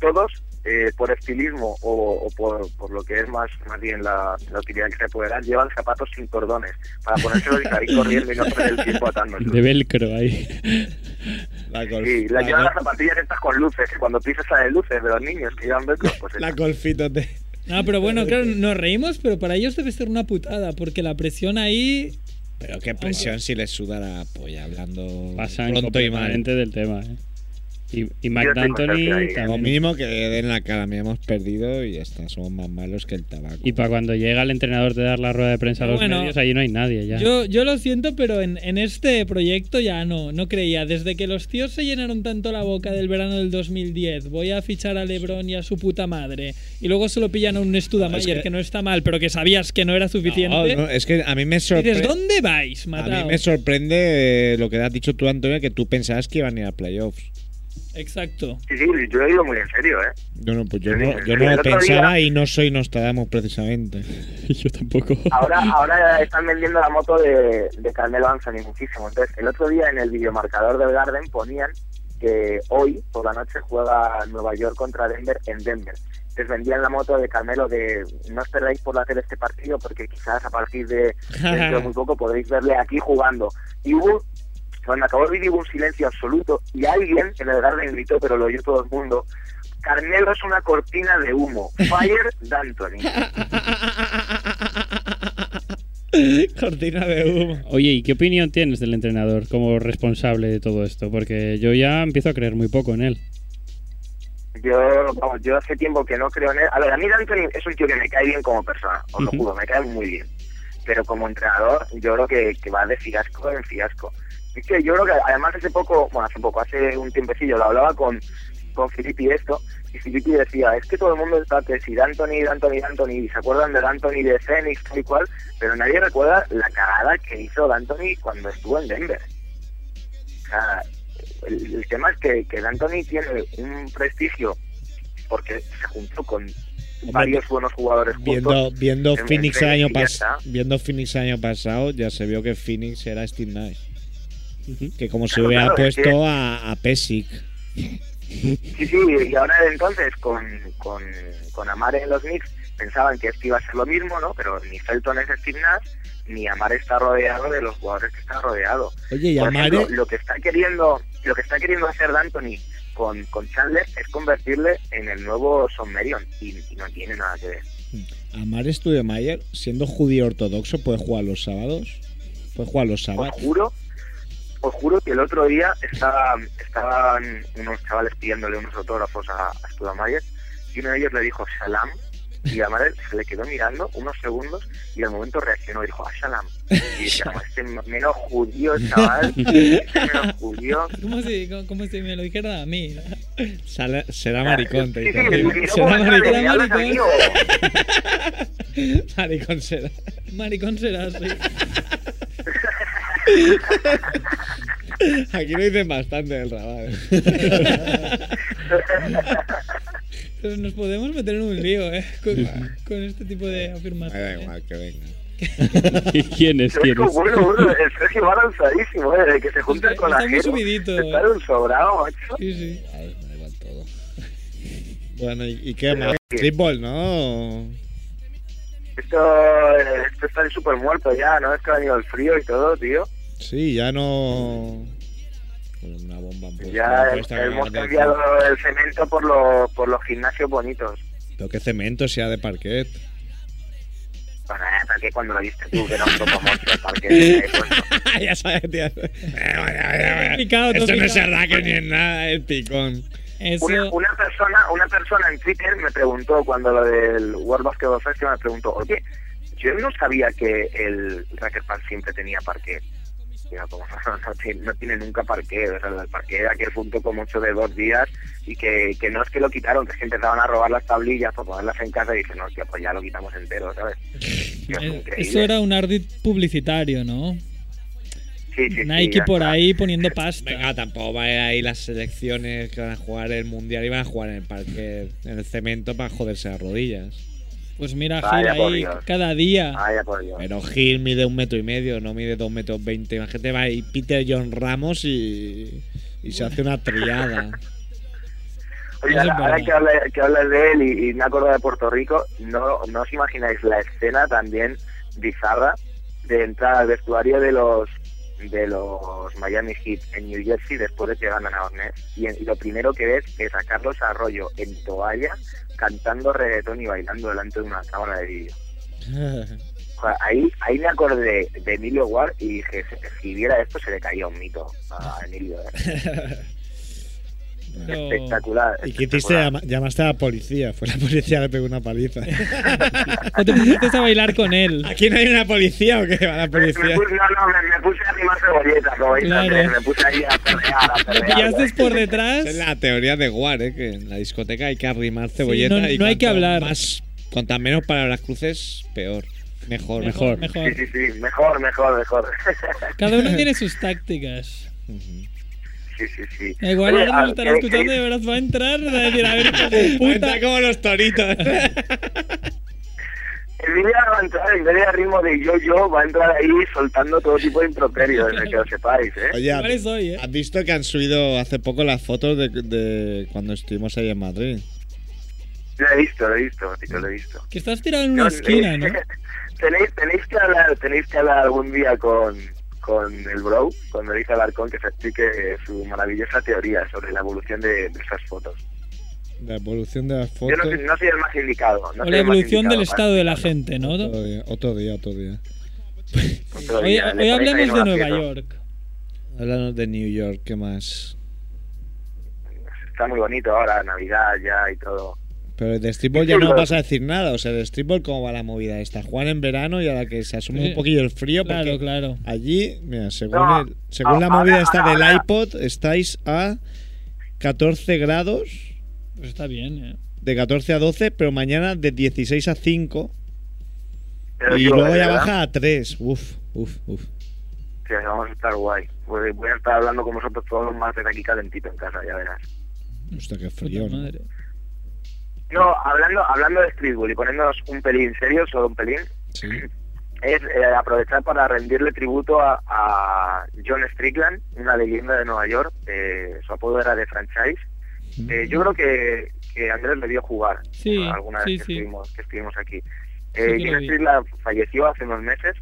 S8: todos eh, por estilismo o, o por, por lo que es más más bien la, la utilidad que se puede dar llevan zapatos sin cordones para ponérselos y salir corriendo y no perder el tiempo atándolos.
S10: De velcro ahí.
S5: La, golf-
S8: Sí, la llevan
S5: la,
S8: las zapatillas estas con luces, que cuando pisas salen luces de los niños que llevan velcro, pues
S5: la
S8: esas.
S5: golfito de-
S4: No, pero bueno, claro, nos reímos, pero para ellos debe ser una putada, porque la presión ahí
S5: Pero qué presión si les suda la polla hablando
S10: Pasan
S5: pronto y mal.
S10: completamente del tema. ¿eh? Y, y Mike D'Antoni
S8: ¿eh?
S5: Como
S10: también.
S5: mínimo que den la cara, me hemos perdido y ya está, somos más malos que el tabaco.
S10: Y para cuando llega el entrenador de dar la rueda de prensa a los
S4: Bueno,
S10: medios, ahí no hay nadie ya.
S4: Yo, yo lo siento, pero en, en este proyecto ya no, no creía. Desde que los tíos se llenaron tanto la boca del verano del 2010, voy a fichar a Lebron y a su puta madre, y luego se lo pillan a un Studamayer, que...
S5: Es que-
S4: no está mal, pero que sabías que no era suficiente.
S5: Oh, No, no, es que a mí me
S4: ¿Y desde
S5: sorprende.
S4: dónde vais,
S5: A
S4: matado?
S5: mí me sorprende eh, lo que has dicho tú, Antonio, que tú pensabas que iban a ir a playoffs.
S4: Exacto.
S8: Sí, sí, yo lo digo muy en serio, ¿eh?
S5: Yo no, pues yo no, yo
S8: El
S5: no lo
S8: otro día-
S5: pensaba y no soy Nostradamus precisamente.
S10: yo tampoco.
S8: Ahora, ahora están vendiendo la moto de, de Carmelo Anthony muchísimo. Entonces, el otro día en el videomarcador del Garden ponían que hoy por la noche juega Nueva York contra Denver en Denver. Entonces vendían la moto de Carmelo de no os perdáis por la tele este partido porque quizás a partir de dentro de muy poco podréis verle aquí jugando. Y hubo, cuando acabó el vídeo hubo un silencio absoluto y alguien en el Garden gritó, pero lo oyó todo el mundo, Carmelo es una cortina de humo. Fire D'Antoni.
S5: Cortina de humo.
S10: Oye, ¿y qué opinión tienes del entrenador como responsable de todo esto? Porque yo ya empiezo a creer muy poco en él.
S8: Yo, vamos, yo hace tiempo que no creo en él. A ver, a mí Anthony es un tío que me cae bien como persona, os lo
S10: Ujú.
S8: juro, me cae muy bien. Pero como entrenador, yo creo que, que va de fiasco en fiasco. Es que yo creo que además hace poco, bueno, hace poco, hace un tiempecillo, lo hablaba con, con Filippi esto, y Filippi decía, es que todo el mundo está que si Anthony, Anthony, Anthony, y se acuerdan del Anthony de Phoenix, tal y cual, pero nadie recuerda la cagada que hizo Anthony cuando estuvo en Denver. O sea, el, el tema es que, que Anthony tiene un prestigio porque se juntó con varios buenos jugadores
S5: Viendo,
S8: juntos.
S5: viendo,
S8: en- en
S5: Phoenix el
S8: Phoenix
S5: año
S8: y ya
S5: pas-
S8: está.
S5: viendo Phoenix el año pasado, ya se vio que Phoenix era Steve Nash. Que como se
S8: Claro,
S5: hubiera
S8: claro, es
S5: puesto
S8: que-
S5: a, a Pesic.
S8: Sí, sí, y ahora entonces con, con, con Amare en los Knicks pensaban que este iba a ser lo mismo, ¿no? Pero ni Felton es Steve Nash, ni Amare está rodeado de los jugadores que está rodeado.
S5: Oye, y
S8: Por ejemplo,
S5: Amare,
S8: lo que está queriendo, lo que está queriendo hacer D'Antoni con, con Chandler es convertirle en el nuevo Son Marion y, y no tiene nada que ver.
S5: Amare Studemayer, siendo judío ortodoxo, puede jugar los sábados. Puede jugar los
S8: Os
S5: sábados.
S8: juro, os juro que el otro día estaba, estaban unos chavales pidiéndole unos autógrafos a, a Studamayer y uno de ellos le dijo Salam y a madre se le quedó mirando unos segundos y al momento reaccionó y dijo ah, Salam. Y dije, "Ah, este menos judío, chaval, este menos judío.
S4: ¿Cómo si, cómo- cómo si me lo dijera a mí?
S5: Sale- será maricón, te
S8: Sí,
S5: dice.
S8: sí, me miró
S5: Será
S8: como una
S5: maricón.
S8: "¿Me hablas a mí o-?"
S5: Maricón será.
S4: Maricón serás. sí.
S5: Aquí lo dicen bastante del rabal.
S4: Pero nos podemos meter en un lío, ¿eh? Con, con este tipo de afirmaciones.
S5: da igual que venga.
S10: ¿Quién es? ¿Quién
S8: Pero
S10: es?
S8: bueno, bueno, el Sergio va lanzadísimo, eh, de que se junta con la
S4: Está muy
S8: gente.
S4: subidito.
S8: Está
S4: eh.
S8: un sobrado, macho.
S4: Sí, sí.
S5: Ay, me da igual todo. Bueno, ¿y, y qué más?
S8: Sí.
S5: Streetball, ¿no?
S8: Esto, eh, esto está súper muerto ya, ¿no? Es que ha venido el frío y todo, tío.
S5: Sí, ya no. Con una bomba en
S8: Ya hemos cambiado el cemento por, los por los gimnasios bonitos.
S5: Lo que cemento sea de parquet.
S8: Bueno, eh, ¿para qué cuando lo viste tú? Que era un poco monstruo el parque. eh, pues,
S5: Ah, ya sabes, tío. Eh,
S4: Picado, todo
S5: Esto no es
S4: picado.
S5: verdad que ni es nada, el picón.
S8: Una,
S4: Eso.
S8: una persona una persona en Twitter me preguntó cuando lo del World Basketball Festival me preguntó, oye, yo no sabía que el Racquetball siempre tenía parque. Digo, como no, tiene- no tiene nunca parque, o sea, el parque era aquel punto como mucho de dos días y que, que no es que lo quitaron, que es que empezaban a robar las tablillas para ponerlas en casa y dicen, no, tío, pues ya lo quitamos entero, ¿sabes? Tío, es
S4: Eh,
S8: increíble.
S4: Eso era un ardid publicitario, ¿no?
S8: Sí, sí, sí,
S4: Nike
S8: ya
S4: por
S8: está.
S4: ahí poniendo pasta.
S5: Venga, tampoco va a ir ahí las selecciones que van a jugar el mundial y van a jugar en el parquet, en el cemento para joderse las rodillas.
S4: Pues mira, Gil
S8: Vaya, por
S4: ahí
S8: Dios.
S4: cada día.
S8: Vaya por Dios.
S5: Pero Gil mide un metro y medio, no mide dos metros veinte. Imagínate, va ahí Peter John Ramos y, y se hace una triada.
S8: Oye,
S4: Eso es
S8: ahora, ahora
S4: verdad.
S8: que, habla, que hablas de él y, y me acuerdo de Puerto Rico, no, no os imagináis la escena también bizarra de entrar al vestuario de los de los Miami Heat en New Jersey después de que ganan a Hornets y, en- y lo primero que ves es a Carlos Arroyo en toalla cantando reggaetón y bailando delante de una cámara de vídeo. O sea, ahí, ahí me acordé de Emilio Ward y dije, si, si viera esto se le caía un mito a Emilio. ¿eh? Espectacular.
S5: Y que hiciste, llama- llamaste a la policía. Fue la policía, le pegó una paliza.
S4: O te pusiste a bailar con él.
S5: ¿Aquí no hay una policía o qué? Va la
S8: Me
S5: policía.
S8: puse, no, no, me, me puse a animar cebolletas, como veis
S5: Claro.
S8: también, me puse ahí a perrear, a
S4: Lo
S8: perrear.
S4: pillaste por detrás.
S5: Esa es la teoría de Guar, ¿eh? que en la discoteca hay que arrimar cebolleta
S4: no-
S5: y
S4: no hay que
S5: cuanto
S4: hablar.
S5: Más, cuantas menos palabras cruces, peor. Mejor,
S4: Mejor,
S5: mejor.
S4: mejor.
S8: Sí, sí, sí, mejor, mejor, mejor.
S4: Cada uno tiene sus tácticas.
S8: Sí, sí, sí.
S4: Igual
S8: Oye,
S4: ahora
S8: a-
S4: nos estará
S8: ¿queréis-
S4: escuchando y de verdad va a entrar. Va a decir, a ver, hijo de puta.
S5: Está como los toritos.
S8: El vídeo va a entrar en vez de a ritmo de yo-yo, va a entrar ahí soltando todo tipo de improperios, de que lo sepáis, ¿eh?
S5: Oye, ¿has visto que han subido hace poco las fotos de, de cuando estuvimos ahí en Madrid?
S8: Lo he visto, lo he visto, Tito, lo he visto. eh,
S4: Que estás tirado en una esquina, ¿no?
S8: tenéis, tenéis que hablar, tenéis que hablar algún día con, con el bro, con Melissa Alarcón, que se explique eh, su maravillosa teoría sobre la evolución de, de esas fotos.
S5: La evolución de las
S8: Yo
S5: fotos.
S8: no, soy- no soy el más indicado. No
S4: O
S8: soy
S4: la
S8: el más
S4: evolución del
S8: indicado,
S4: estado de la gente, ¿no?
S5: Otro día, otro día, otro día.
S8: Hoy,
S4: Hoy, hoy hablemos de Nueva York.
S5: Háblanos de New York, ¿qué más?
S8: Está muy bonito ahora, Navidad ya y todo.
S5: Pero de streetball ya no vas a decir nada. O sea, de streetball, ¿cómo va la movida? Está Juan en verano y a la que se asume
S4: Sí.
S5: un poquillo el frío. Porque
S4: Claro, claro.
S5: Allí, mira, según,
S4: No,
S5: el- según
S4: a-
S5: la
S4: ahora-
S5: movida esta
S4: ahora-
S5: del
S4: ahora-
S5: iPod, estáis a 14 grados,
S4: Pues está bien, ¿eh?
S5: de 14 a 12, pero mañana de 16 a 5.
S8: Pero
S5: y
S8: yo,
S5: luego ya
S8: ¿verdad?
S5: baja a 3. Uf, uf, uf.
S8: Que vamos a estar guay. Voy voy a estar hablando con vosotros todos los martes aquí calentito en casa, ya verás.
S5: Hostia, qué frío. ¿no?
S8: No, hablando, hablando de streetball y poniéndonos un pelín serio, solo un pelín,
S5: Sí.
S8: es eh, aprovechar para rendirle tributo a, a John Strickland, una leyenda de Nueva York. eh, su apodo era de franchise. Eh, yo creo que, que Andrés le vio jugar
S4: Mm. Sí,
S8: alguna
S4: sí,
S8: vez que,
S4: sí.
S8: estuvimos, que estuvimos aquí. Eh,
S4: que lo
S8: John
S4: vi.
S8: Strickland falleció hace unos meses,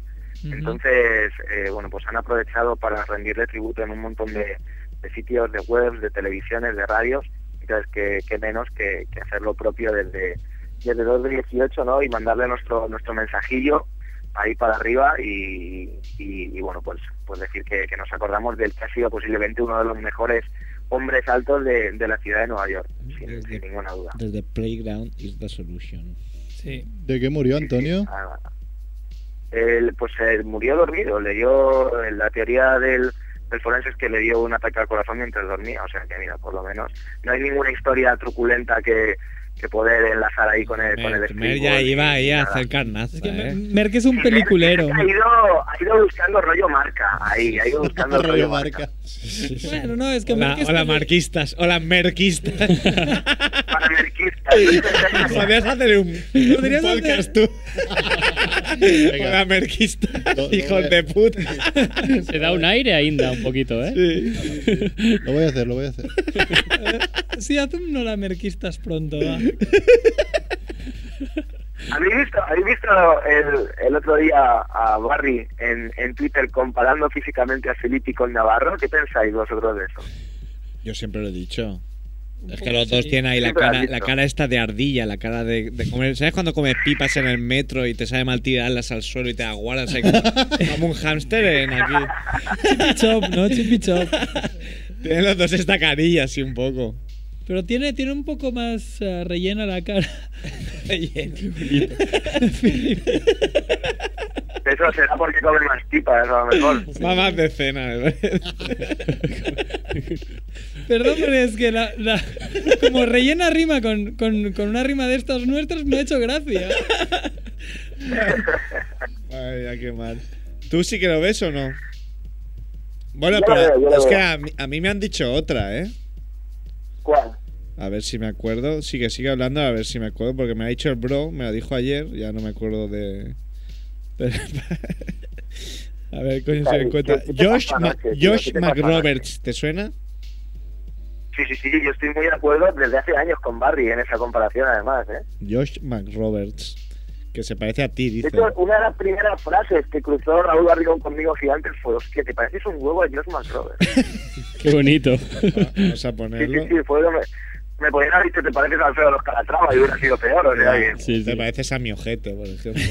S4: Ujú.
S8: entonces, eh, bueno, pues han aprovechado para rendirle tributo en un montón de, de sitios, de webs, de televisiones, de radios. Entonces, que, que menos que, que hacer lo propio desde, desde 2018, ¿no? Y mandarle nuestro nuestro mensajillo ahí para arriba y, y- y, bueno, pues pues decir que, que nos acordamos del que ha sido posiblemente uno de los mejores hombres altos de, de la ciudad de Nueva York, sin, sin ninguna duda.
S5: Desde Playground is the solution.
S4: Sí.
S6: ¿De qué murió Antonio?
S8: Ah, él, pues eh, murió dormido, le dio eh, la teoría del, del forense es que le dio un ataque al corazón mientras dormía, o sea que mira, por lo menos no hay ninguna historia truculenta que, que poder enlazar ahí con el, con
S5: Mer
S8: el
S5: ya
S8: streetball ni
S5: iba ahí a
S8: nada.
S5: hacer carnaza, ¿eh?
S4: Merck es un peliculero.
S8: Ha ido, ha ido buscando rollo marca, ahí, ha ido buscando rollo,
S5: Rollo
S8: marca.
S4: Bueno, no, es que
S5: Hola,
S4: Merck es
S5: hola,
S4: peli-
S5: marquistas. Hola, merquistas.
S8: merquistas.
S5: Podrías hacer un, un
S4: Podrías
S5: podcast tú. hola, merquistas. Hijos de puta.
S10: Se da un aire a Inda un poquito, ¿eh?
S6: Lo voy a hacer, lo voy a hacer.
S4: Sí, haz un hola merquistas pronto, va.
S8: ¿Habéis visto, habéis visto el, el otro día a Barry en, en Twitter comparando físicamente a Filippi con Navarro? ¿Qué pensáis vosotros de eso?
S5: Yo siempre lo he dicho. Es que
S8: poco
S5: los dos
S8: sí.
S5: tienen ahí la
S8: Siempre lo has
S5: cara, la
S8: dicho.
S5: cara esta de ardilla, la cara de, de comer. ¿Sabes cuando comes pipas en el metro y te sabe mal tirarlas al suelo y te aguardas ahí como, como un hámster en aquí?
S4: Chippy Chop, ¿no? Chippy Chop.
S5: Tienen los dos esta carilla así un poco.
S4: Pero tiene, tiene un poco más eh, rellena la cara.
S8: Eso será porque come más tipas, a lo mejor.
S5: Va más de cena, me parece.
S4: Perdón, pero es que la, la- como rellena rima con, con- con una rima de estas nuestras me ha hecho gracia.
S5: Ay, ya qué mal. ¿Tú sí que lo ves o no? Bueno,
S8: Yo lo
S5: pero
S8: veo, yo lo
S5: es
S8: veo.
S5: que a mí, a mí me han dicho otra, ¿eh?
S8: ¿Cuál?
S5: A ver si me acuerdo. Sigue, sigue hablando, a ver si me acuerdo. Porque me ha dicho el bro, me lo dijo ayer, ya no me acuerdo de. Pero- a ver, coño, se me
S8: Vale,
S5: cuenta.
S8: ¿qué te
S5: Josh,
S8: pasa
S5: Ma-
S8: anoche, tío?
S5: Josh
S8: ¿Qué te pasa
S5: McRoberts, ¿te suena?
S8: Sí, sí, sí, yo estoy muy de acuerdo desde hace años con Barry en esa comparación, además. ¿eh?
S5: Josh McRoberts. Que se parece a ti,
S8: De
S5: dice.
S8: hecho, una de las primeras frases que cruzó Raúl Barrigón conmigo gigante fue: Hostia, te pareces un huevo a Josh McRoberts.
S10: Qué bonito.
S5: Vamos a
S8: Sí, sí,
S5: ponerlo.
S8: sí, fue lo me, me podrían haber dicho: Te pareces al feo de los Calatrava y hubiera sido peor, o sea que.
S5: Te pareces a mi ojete, por ejemplo.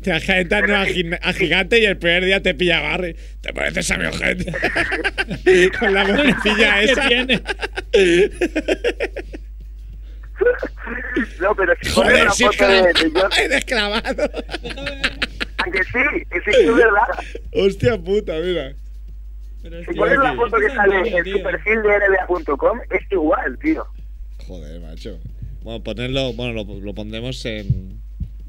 S5: Te vas calentando a, gin- a gigante y el primer día te pilla Barry. Te pareces a mi ojete. Con la monecilla esa.
S8: No, pero si
S5: Joder,
S8: pones una
S5: sí,
S8: foto de,
S5: claro.
S8: de George-
S5: Eres clavado.
S8: Aunque sí, es que es verdad.
S5: Hostia puta, mira.
S8: Si pones la foto que sale en su perfil de NBA.com, es igual, tío.
S5: Joder, macho. Bueno, ponerlo, bueno, lo, lo pondremos en.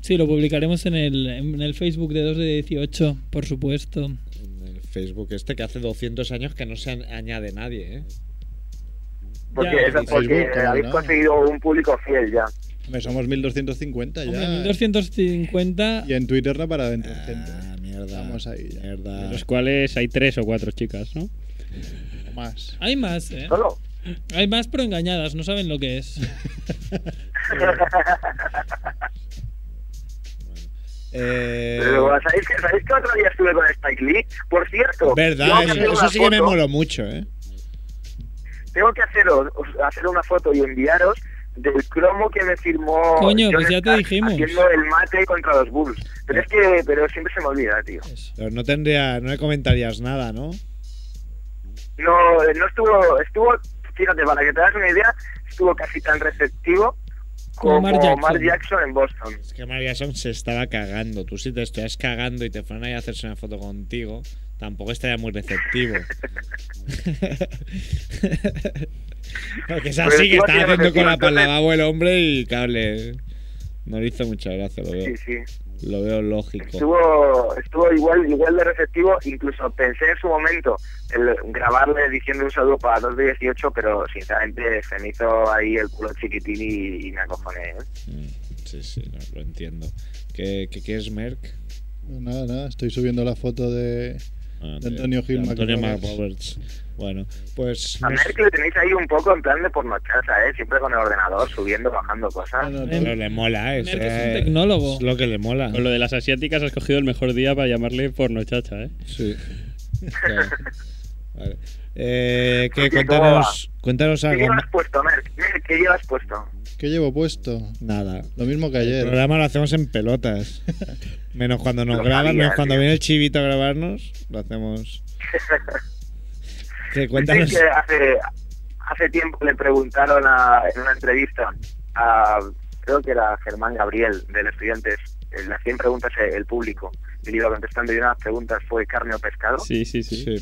S4: Sí, lo publicaremos en el, en el Facebook de 2 de 18, por supuesto.
S5: el Facebook este que hace 200 años que no se an- añade nadie, ¿eh?
S8: Porque, es- porque habéis conseguido un público fiel ya.
S6: Hombre, somos 1250 ya.
S4: Hombre, 1250.
S6: Y en Twitter no para de entrar gente. Ah,
S5: mierda.
S6: Estamos ahí ya.
S10: De los cuales hay tres o cuatro chicas, ¿no?
S6: Más.
S4: Hay más, ¿eh?
S8: Solo.
S4: Hay más, pero engañadas, no saben lo que es.
S5: Eh,
S8: Pero, ¿sabéis, que, ¿Sabéis que otro día estuve con Spike Lee? Por cierto, tengo
S5: Verdad,
S8: que
S5: eso,
S8: hacer
S5: eso
S8: una
S5: sí que me
S8: foto-
S5: moló mucho, ¿eh?
S8: Tengo que haceros, os- hacer una foto y enviaros del cromo que me firmó.
S4: Coño,
S8: John
S4: pues ya te
S8: Stark
S4: dijimos.
S8: Haciendo el mate contra los Bulls. Pero es que pero siempre se me olvida, tío.
S5: Pero no tendría, no le comentarías nada, ¿no?
S8: No, eh, no estuvo, estuvo, fíjate, para que te hagas una idea, estuvo casi tan receptivo
S5: Como
S8: como
S5: Mark
S8: Mark Jackson,
S5: Jackson.
S8: en Boston.
S5: Es que María Son se estaba cagando. Tú si te estuvieras cagando y te fueran ahí a hacerse una foto contigo, tampoco estaría muy receptivo. Porque es
S8: Pero
S5: así que estaba
S8: encima
S5: haciendo
S8: tiene
S5: con la
S8: receptivo, entonces-
S5: palabra el hombre y cable. No le hizo mucha gracia, lo veo.
S8: Sí, sí.
S5: Lo veo lógico.
S8: Estuvo, estuvo igual, igual de receptivo, incluso pensé en su momento el grabarle diciendo un saludo para 2 de 18, pero sinceramente se me hizo ahí el culo chiquitín y, y me acojoné. ¿eh?
S5: Mm, Sí, sí, no, lo entiendo. ¿Qué, qué quieres, Merck?
S6: No, Pues Nada, nada, estoy subiendo la foto de, de Antonio Gil
S5: Ah, De Antonio
S6: McRoberts.
S5: McRoberts. Bueno, pues.
S8: A
S5: no
S8: Merck le tenéis ahí un poco en plan de pornochaza, ¿eh? siempre con el ordenador, subiendo, bajando cosas.
S5: Pero le mola, ¿eh?
S10: Merck es un
S5: Eh,
S10: tecnólogo.
S5: Es lo que le mola.
S10: Con lo de las asiáticas has cogido el mejor día para llamarle porno chacha, ¿eh?
S5: Sí. Claro. Vale. Eh, que
S8: ¿Cómo
S5: cuéntanos, cuéntanos
S8: ¿Qué
S5: algo.
S8: llevas puesto, Merck? Merck, ¿Qué llevas puesto?
S6: ¿Qué llevo puesto?
S5: Nada.
S6: Lo mismo que
S5: El
S6: ayer.
S5: programa lo hacemos en pelotas. Menos cuando nos
S6: Lo
S5: graban,
S6: sabía,
S5: menos cuando
S6: tío.
S5: viene el chivito a grabarnos, lo hacemos. Que cuéntanos.
S8: Dice que hace, hace tiempo le preguntaron a- en una entrevista a, creo que era Germán Gabriel, del Estudiantes, en las 100 preguntas eh, el público, y iba contestando y una de las preguntas fue carne o pescado.
S10: Sí, sí, sí.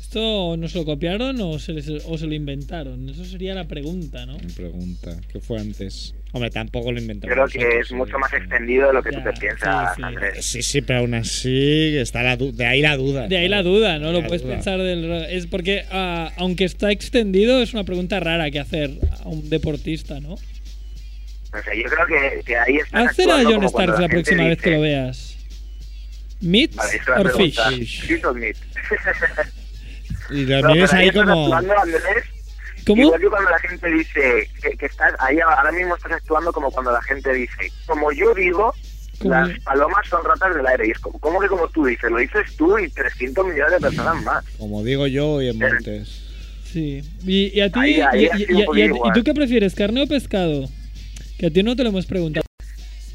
S4: ¿Esto nos lo copiaron o se, les- o se lo inventaron? Eso sería la pregunta, ¿no?
S5: Me pregunta, ¿qué fue antes? Hombre, tampoco lo inventamos.
S8: Creo que
S5: nosotros,
S8: es
S5: ¿eh?
S8: mucho más extendido de lo que tú te piensas, Andrés.
S5: Sí, sí, pero aún así, está la du- de ahí la duda.
S4: De ahí la duda, ¿no? Lo
S5: Ah, La
S4: puedes
S5: duda.
S4: pensar del... Es porque, ah, aunque está extendido, es una pregunta rara que hacer a un deportista, ¿no?
S8: O sea, yo creo que, que ahí está.
S4: Hacer a John Starks la, próxima vez que lo veas. ¿Meats
S8: Vale, esa es
S4: or
S8: la
S4: fish?
S8: pregunta. Fish or meat.
S5: Y lo
S8: No,
S5: mires
S8: pero
S5: ahí
S8: estás
S5: como.
S8: actuando, Andrés,
S4: ¿Cómo?
S8: Igual que cuando la gente dice que, que estás ahí ahora mismo estás actuando como cuando la gente dice, como yo digo,
S4: Como-
S8: las palomas son ratas del aire. Y es como, ¿cómo que como tú dices? Lo dices tú y 300 millones de personas más.
S5: Como digo yo y en Montes.
S4: Sí. ¿Y, y a ti?
S8: Ahí, ahí
S4: y,
S8: ha
S4: y-
S8: sido un
S4: y- y-
S8: poquillo
S4: y-
S8: igual.
S4: tú qué prefieres, carne o pescado? Que a ti no te lo hemos preguntado.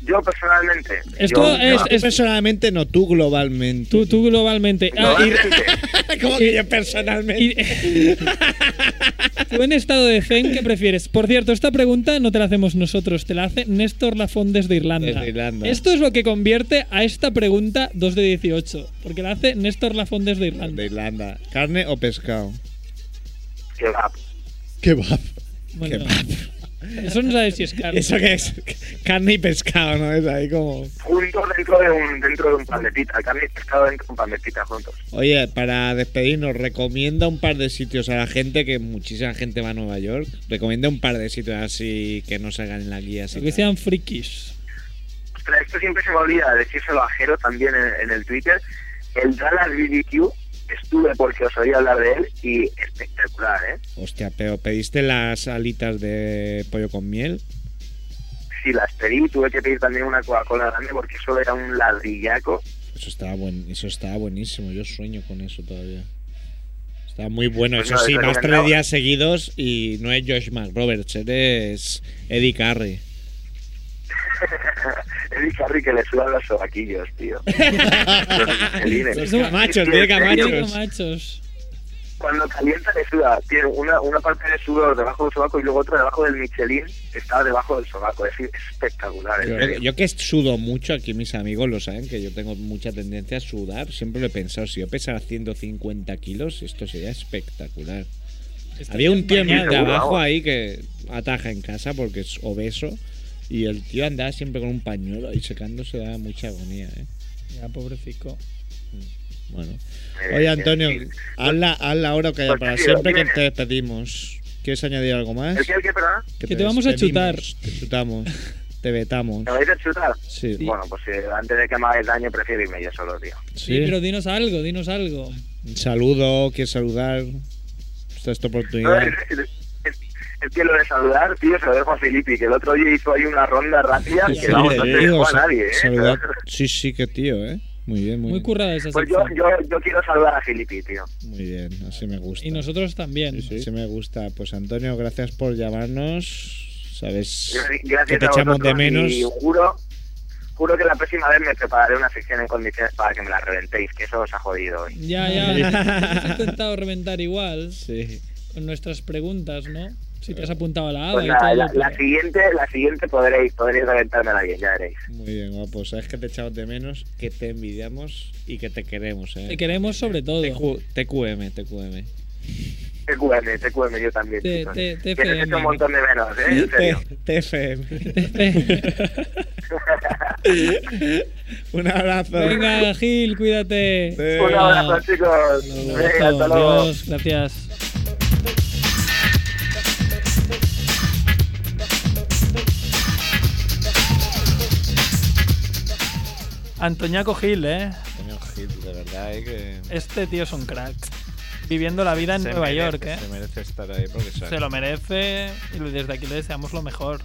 S8: Yo personalmente.
S4: Esto
S8: yo-
S4: es-
S8: yo-
S5: Tú personalmente no, tú globalmente.
S4: Tú, tú globalmente. Ah, y-
S5: como que yo personalmente.
S4: tú en estado de zen, ¿qué prefieres? Por cierto, esta pregunta no te la hacemos nosotros, te la hace Néstor Lafond desde Irlanda.
S5: Desde Irlanda.
S4: Esto es lo que convierte a esta pregunta 2 de 18, porque la hace Néstor Lafond desde Irlanda.
S5: De Irlanda. ¿Carne o pescado?
S8: Kebab.
S5: Kebab.
S4: Bueno, Eso no sabes si es carne.
S5: Eso que es carne y pescado, ¿no? Es ahí como.
S8: Juntos dentro de un, dentro de un pan de pita. Carne y pescado dentro de un pan de pita juntos.
S5: Oye, para despedirnos, recomienda un par de sitios a la gente, que muchísima gente va a Nueva York. Recomienda un par de sitios así que no salgan en la guía. Así
S4: Lo que sean frikis.
S8: Ostras, esto siempre se me olvida decírselo a Jero también en, en el Twitter. El Dallas BBQ estuve porque os oí hablar de él y espectacular, ¿eh?
S5: Hostia, pero ¿pediste las alitas de pollo con miel?
S8: Sí, las pedí, tuve que pedir también una Coca-Cola grande porque solo era un ladrillaco.
S5: Eso estaba, buen, eso estaba buenísimo, yo sueño con eso todavía. Estaba muy bueno,
S8: Pues
S5: eso
S8: no,
S5: sí,
S8: pero
S5: más
S8: que
S5: tres
S8: no.
S5: días seguidos y no es Josh McRoberts, eres Eddie Carrey.
S8: Es Icarri que le sudan los sobaquillos, tío.
S4: Los
S8: Los
S4: camachos,
S8: tiene
S4: tiene
S8: camachos.
S4: camachos.
S8: Cuando calienta le suda. Tiene una, una parte de sudor debajo del sobaco y luego otra debajo del Michelin que está debajo del sobaco. Es espectacular. en
S5: Yo,
S8: serio.
S5: yo que sudo mucho, aquí mis amigos lo saben, que yo tengo mucha tendencia a sudar. Siempre lo he pensado, si yo pesara 150 kilos, esto sería espectacular. Había un tío en mi
S12: empañado.
S5: trabajo
S12: Seguro,
S5: ahí que ataja en casa porque es obeso y el tío andaba siempre con un pañuelo y secándose daba mucha agonía. ¿eh?
S4: Ya, pobrecito.
S5: Bueno.
S8: Eh,
S5: Oye, Antonio, habla, habla ahora
S8: Pues,
S5: que haya para
S4: tío,
S5: siempre que
S4: dime.
S5: te despedimos. ¿Quieres añadir algo más?
S8: ¿El qué, el qué, perdona?
S4: Que te vamos a
S5: despedimos, Te chutamos, te vetamos.
S8: ¿Me vais a chutar?
S5: Sí.
S8: Bueno, pues eh, antes de que me hagáis daño, prefiero irme yo solo, tío.
S5: Sí.
S4: Sí, pero dinos algo, dinos algo.
S5: Un saludo, quieres saludar. Esta es tu oportunidad.
S8: Es que lo de saludar, tío, se lo dejo a Filippi, que el otro día hizo ahí una ronda rápida que
S5: Sí,
S8: vamos, no se
S5: te digo,
S8: dejó a
S5: sa-
S8: nadie, ¿eh?
S5: saludar- Sí, sí, que tío, ¿eh? Muy bien, muy,
S4: Muy currada esa
S8: Pues yo,
S4: sección.
S8: yo, yo quiero saludar a Filippi, tío.
S5: bien, muy bien, así me gusta.
S4: Y nosotros también.
S5: Así me gusta. Pues Antonio, gracias por llamarnos. Sabes
S8: Gracias
S5: que te
S8: a
S5: echamos de
S8: vosotros
S5: menos.
S8: Y juro, juro que la próxima vez me prepararé una sección en condiciones para que me la reventéis, que eso os ha jodido hoy.
S4: Ya, ya. Hemos intentado reventar igual.
S5: Sí.
S4: Con nuestras preguntas, ¿no? Si te has apuntado a la ABA
S8: Pues
S4: y
S8: nada,
S4: todo.
S8: la, la
S4: pero-
S8: siguiente, la siguiente podréis, podréis reventármela bien, ya veréis.
S5: Muy bien, guapo. Sabes que te echamos de menos, que te envidiamos y que te queremos, ¿eh?
S4: Te queremos sobre todo.
S5: TQ TQM, TQM.
S8: TQM, TQM, yo también.
S4: Te-
S8: chicos.
S4: te-
S8: que os echo un montón de menos, ¿eh? En serio.
S5: TFM. Un abrazo.
S4: Venga, Gil, cuídate.
S8: Un abrazo, chicos. Venga, hasta luego.
S4: Adiós, gracias.
S11: Antoñaco Gil, ¿eh?
S5: Antonio Gil, de verdad, ¿eh? Que
S11: Este tío es un crack. Viviendo la vida en
S12: se
S11: Nueva
S12: merece,
S11: York, ¿eh?
S12: Se merece estar ahí porque
S11: Se lo merece y desde aquí le deseamos lo mejor.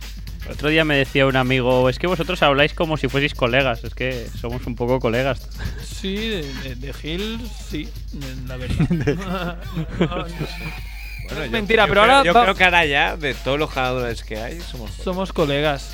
S13: Otro día me decía un amigo, es que vosotros habláis como si fueseis colegas, es que somos un poco colegas.
S11: Sí, de, de- de Gil, sí, de- la verdad.
S12: Bueno,
S11: es
S12: yo-
S11: mentira,
S12: yo
S11: pero
S12: creo-
S11: ahora
S12: Yo
S11: va-
S12: creo que ahora ya, de todos los jugadores que hay, somos.
S11: somos colegas.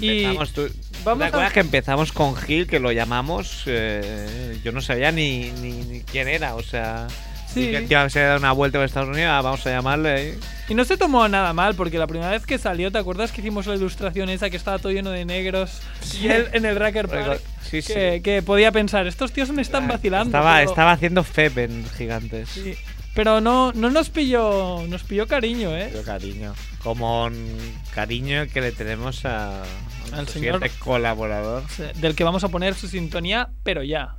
S11: Y
S12: Empezamos tú.
S11: vamos
S12: ¿Te acuerdas
S11: a-
S12: que empezamos con Gil, que lo llamamos? eh, yo no sabía ni, ni- ni quién era, o sea.
S11: Sí.
S12: y Que tío, se había dado una vuelta por Estados Unidos, ah, vamos a llamarle. ¿eh?
S11: Y no se tomó nada mal, porque la primera vez que salió, ¿te acuerdas que hicimos la ilustración esa que estaba todo lleno de negros? Y él en el Racker Park,
S12: Sí, sí.
S11: que, que podía pensar, estos tíos me están vacilando.
S12: Estaba,
S11: pero,
S12: estaba haciendo feb en gigantes.
S11: Sí. ¿eh? pero no, no nos pilló, nos pilló cariño, ¿eh?
S12: Pero cariño. Como un cariño que le tenemos a, a
S11: Al
S12: nuestro
S11: señor-
S12: siguiente colaborador.
S11: Del que vamos a poner su sintonía, pero ya.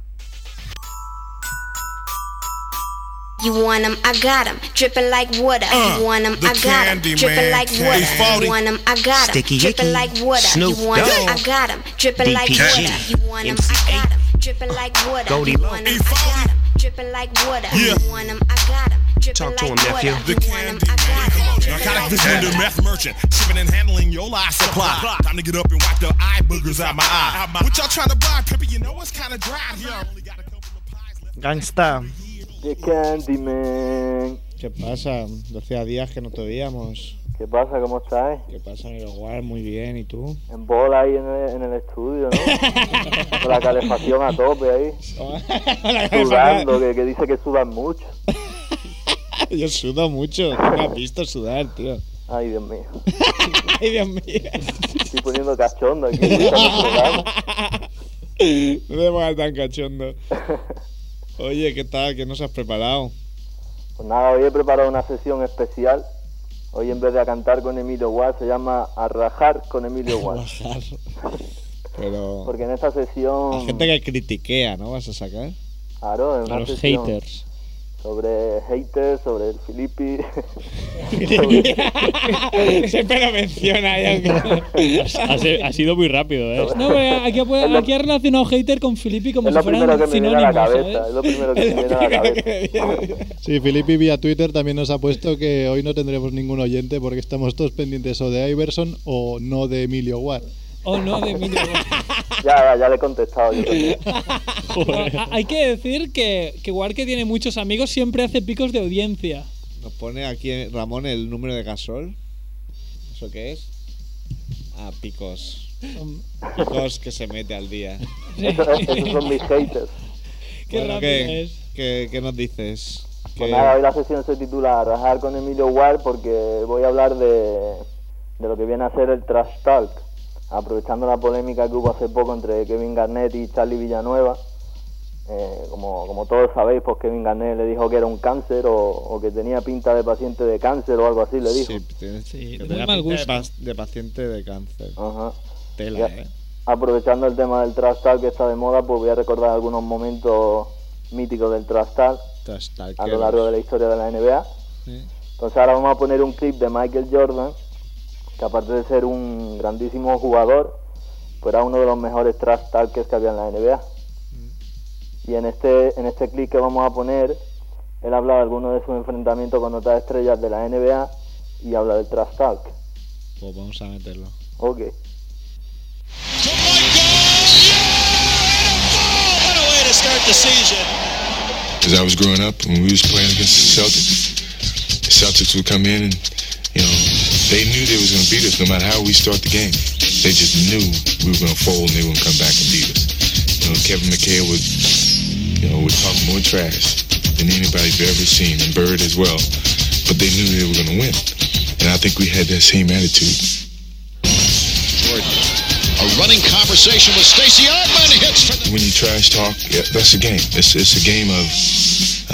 S14: You want 'em, I got 'em, dripping like water.
S15: Uh,
S14: you want 'em,
S15: the
S14: I got 'em,
S15: Candyman,
S14: dripping like water.
S15: K40.
S14: You want 'em, I got 'em,
S15: Sticky
S14: dripping
S15: Icky,
S14: like water.
S15: Snoop
S14: you want 'em,
S15: Dogg,
S14: I got 'em, dripping like
S15: DPG,
S14: water. You want 'em, I got 'em, dripping like water.
S15: Goldie
S14: you
S15: Lowe.
S14: want 'em, I got 'em, dripping like water.
S15: Yeah.
S14: You want 'em, I got 'em, dripping
S15: Talk to
S14: like
S15: him, nephew.
S14: water.
S15: The
S14: You want 'em, I got 'em, dripping
S15: Narcotic
S14: like
S15: vendor,
S14: water.
S15: meth merchant, shipping and handling your life supply. Time to get up and wipe the eye boogers out my eye. What y'all trying to buy, Pippa? You know it's kind of dry. Yo.
S5: Gangsta.
S16: The Candyman.
S5: ¿Qué pasa? 12 días que no te veíamos.
S16: ¿Qué pasa? ¿Cómo estás?
S5: ¿Qué pasa, mi igual? Muy bien, ¿y tú?
S16: En bola ahí en el, en el estudio, ¿no? Con la calefacción a tope ahí. Sudando, que, que dice que sudan mucho.
S5: Yo sudo mucho, tú me has visto sudar, tío.
S16: Ay, Dios mío.
S5: Ay, Dios mío.
S16: Estoy poniendo cachondo aquí. escuchando el programa.
S5: No te pongas tan cachondo. Oye, ¿qué tal? ¿Qué nos has preparado?
S16: Pues nada, hoy he preparado una sesión especial. Hoy en vez de a cantar con Emilio Guas, se llama a rajar con Emilio Guas.
S5: Pero
S16: Porque en esta
S5: la
S16: sesión...
S5: gente que critiquea, ¿no? ¿Vas a sacar?
S16: Claro, en una sesión Sobre haters, sobre el Filippi.
S5: Siempre lo menciona ya.
S10: Ha, se- ha sido muy rápido, ¿eh?
S4: No, porque aquí, ha- aquí ha relacionado hater con Filippi como
S16: Es
S4: si
S16: lo
S4: fueran
S16: primero que me viene a la
S4: sinónimos,
S16: cabeza.
S4: ¿sabes?
S16: Es lo primero que me viene a la cabeza.
S6: Sí, Filippi vía Twitter también nos ha puesto que hoy no tendremos ningún oyente porque estamos todos pendientes o de Iverson o no de Emilio Watt.
S4: O Oh, no, de Emilio Guas.
S16: Ya, ya, ya le he contestado yo también.
S4: A- a- Hay que decir que, que Guar, que tiene muchos amigos, siempre hace picos de audiencia.
S5: Nos pone aquí Ramón el número de gasol. ¿Eso qué es? Ah, picos. Dos que se mete al día.
S16: Esos, esos son mis haters.
S5: Qué Bueno, ¿qué, qué- qué nos dices?
S16: Pues
S5: Que-
S16: nada, hoy la sesión se titula Rajar con Emilio Ward porque voy a hablar de, de lo que viene a ser el trash talk, aprovechando la polémica que hubo hace poco entre Kevin Garnett y Charlie Villanueva. Eh, como, como todos sabéis, pues Kevin Garnett le dijo que era un cáncer o, o que tenía pinta de paciente de cáncer o algo así, le dijo.
S5: Sí, tienes- que
S16: de
S5: te
S16: muy
S5: da pinta
S16: mal
S5: de
S16: gusto.
S5: pas- De, paciente de cáncer.
S16: Ajá.
S5: Tela,
S16: Ya.
S5: eh.
S16: Aprovechando el tema del trash talk que está de moda, pues voy a recordar algunos momentos míticos del trash talk
S5: Trash
S16: a lo largo de la historia de la NBA.
S5: Sí.
S16: Entonces ahora vamos a poner un clip de Michael Jordan, que aparte de ser un grandísimo jugador, pues era uno de los mejores trash talkers que había en la NBA. Y en este, en este clip que vamos a poner, él habla de algunos de sus enfrentamientos con otras estrellas de la NBA y habla del trash talk.
S5: Pues vamos a meterlo.
S16: Ok.
S17: What a way to start the season.
S18: As I was growing up, when we was playing against the Celtics, the Celtics would come in and, you know, they knew they was going to beat us no matter how we start the game. They just knew we were going to fold and they were going to come back and beat us. You know, Kevin McHale would, you know, would talk more trash than anybody's ever seen, and Bird as well. But they knew they were going to win. And I think we had that same attitude.
S17: Jordan. A running conversation with Stacy Ogman hits for
S18: When you trash talk, yeah, that's a game. It's, it's a game of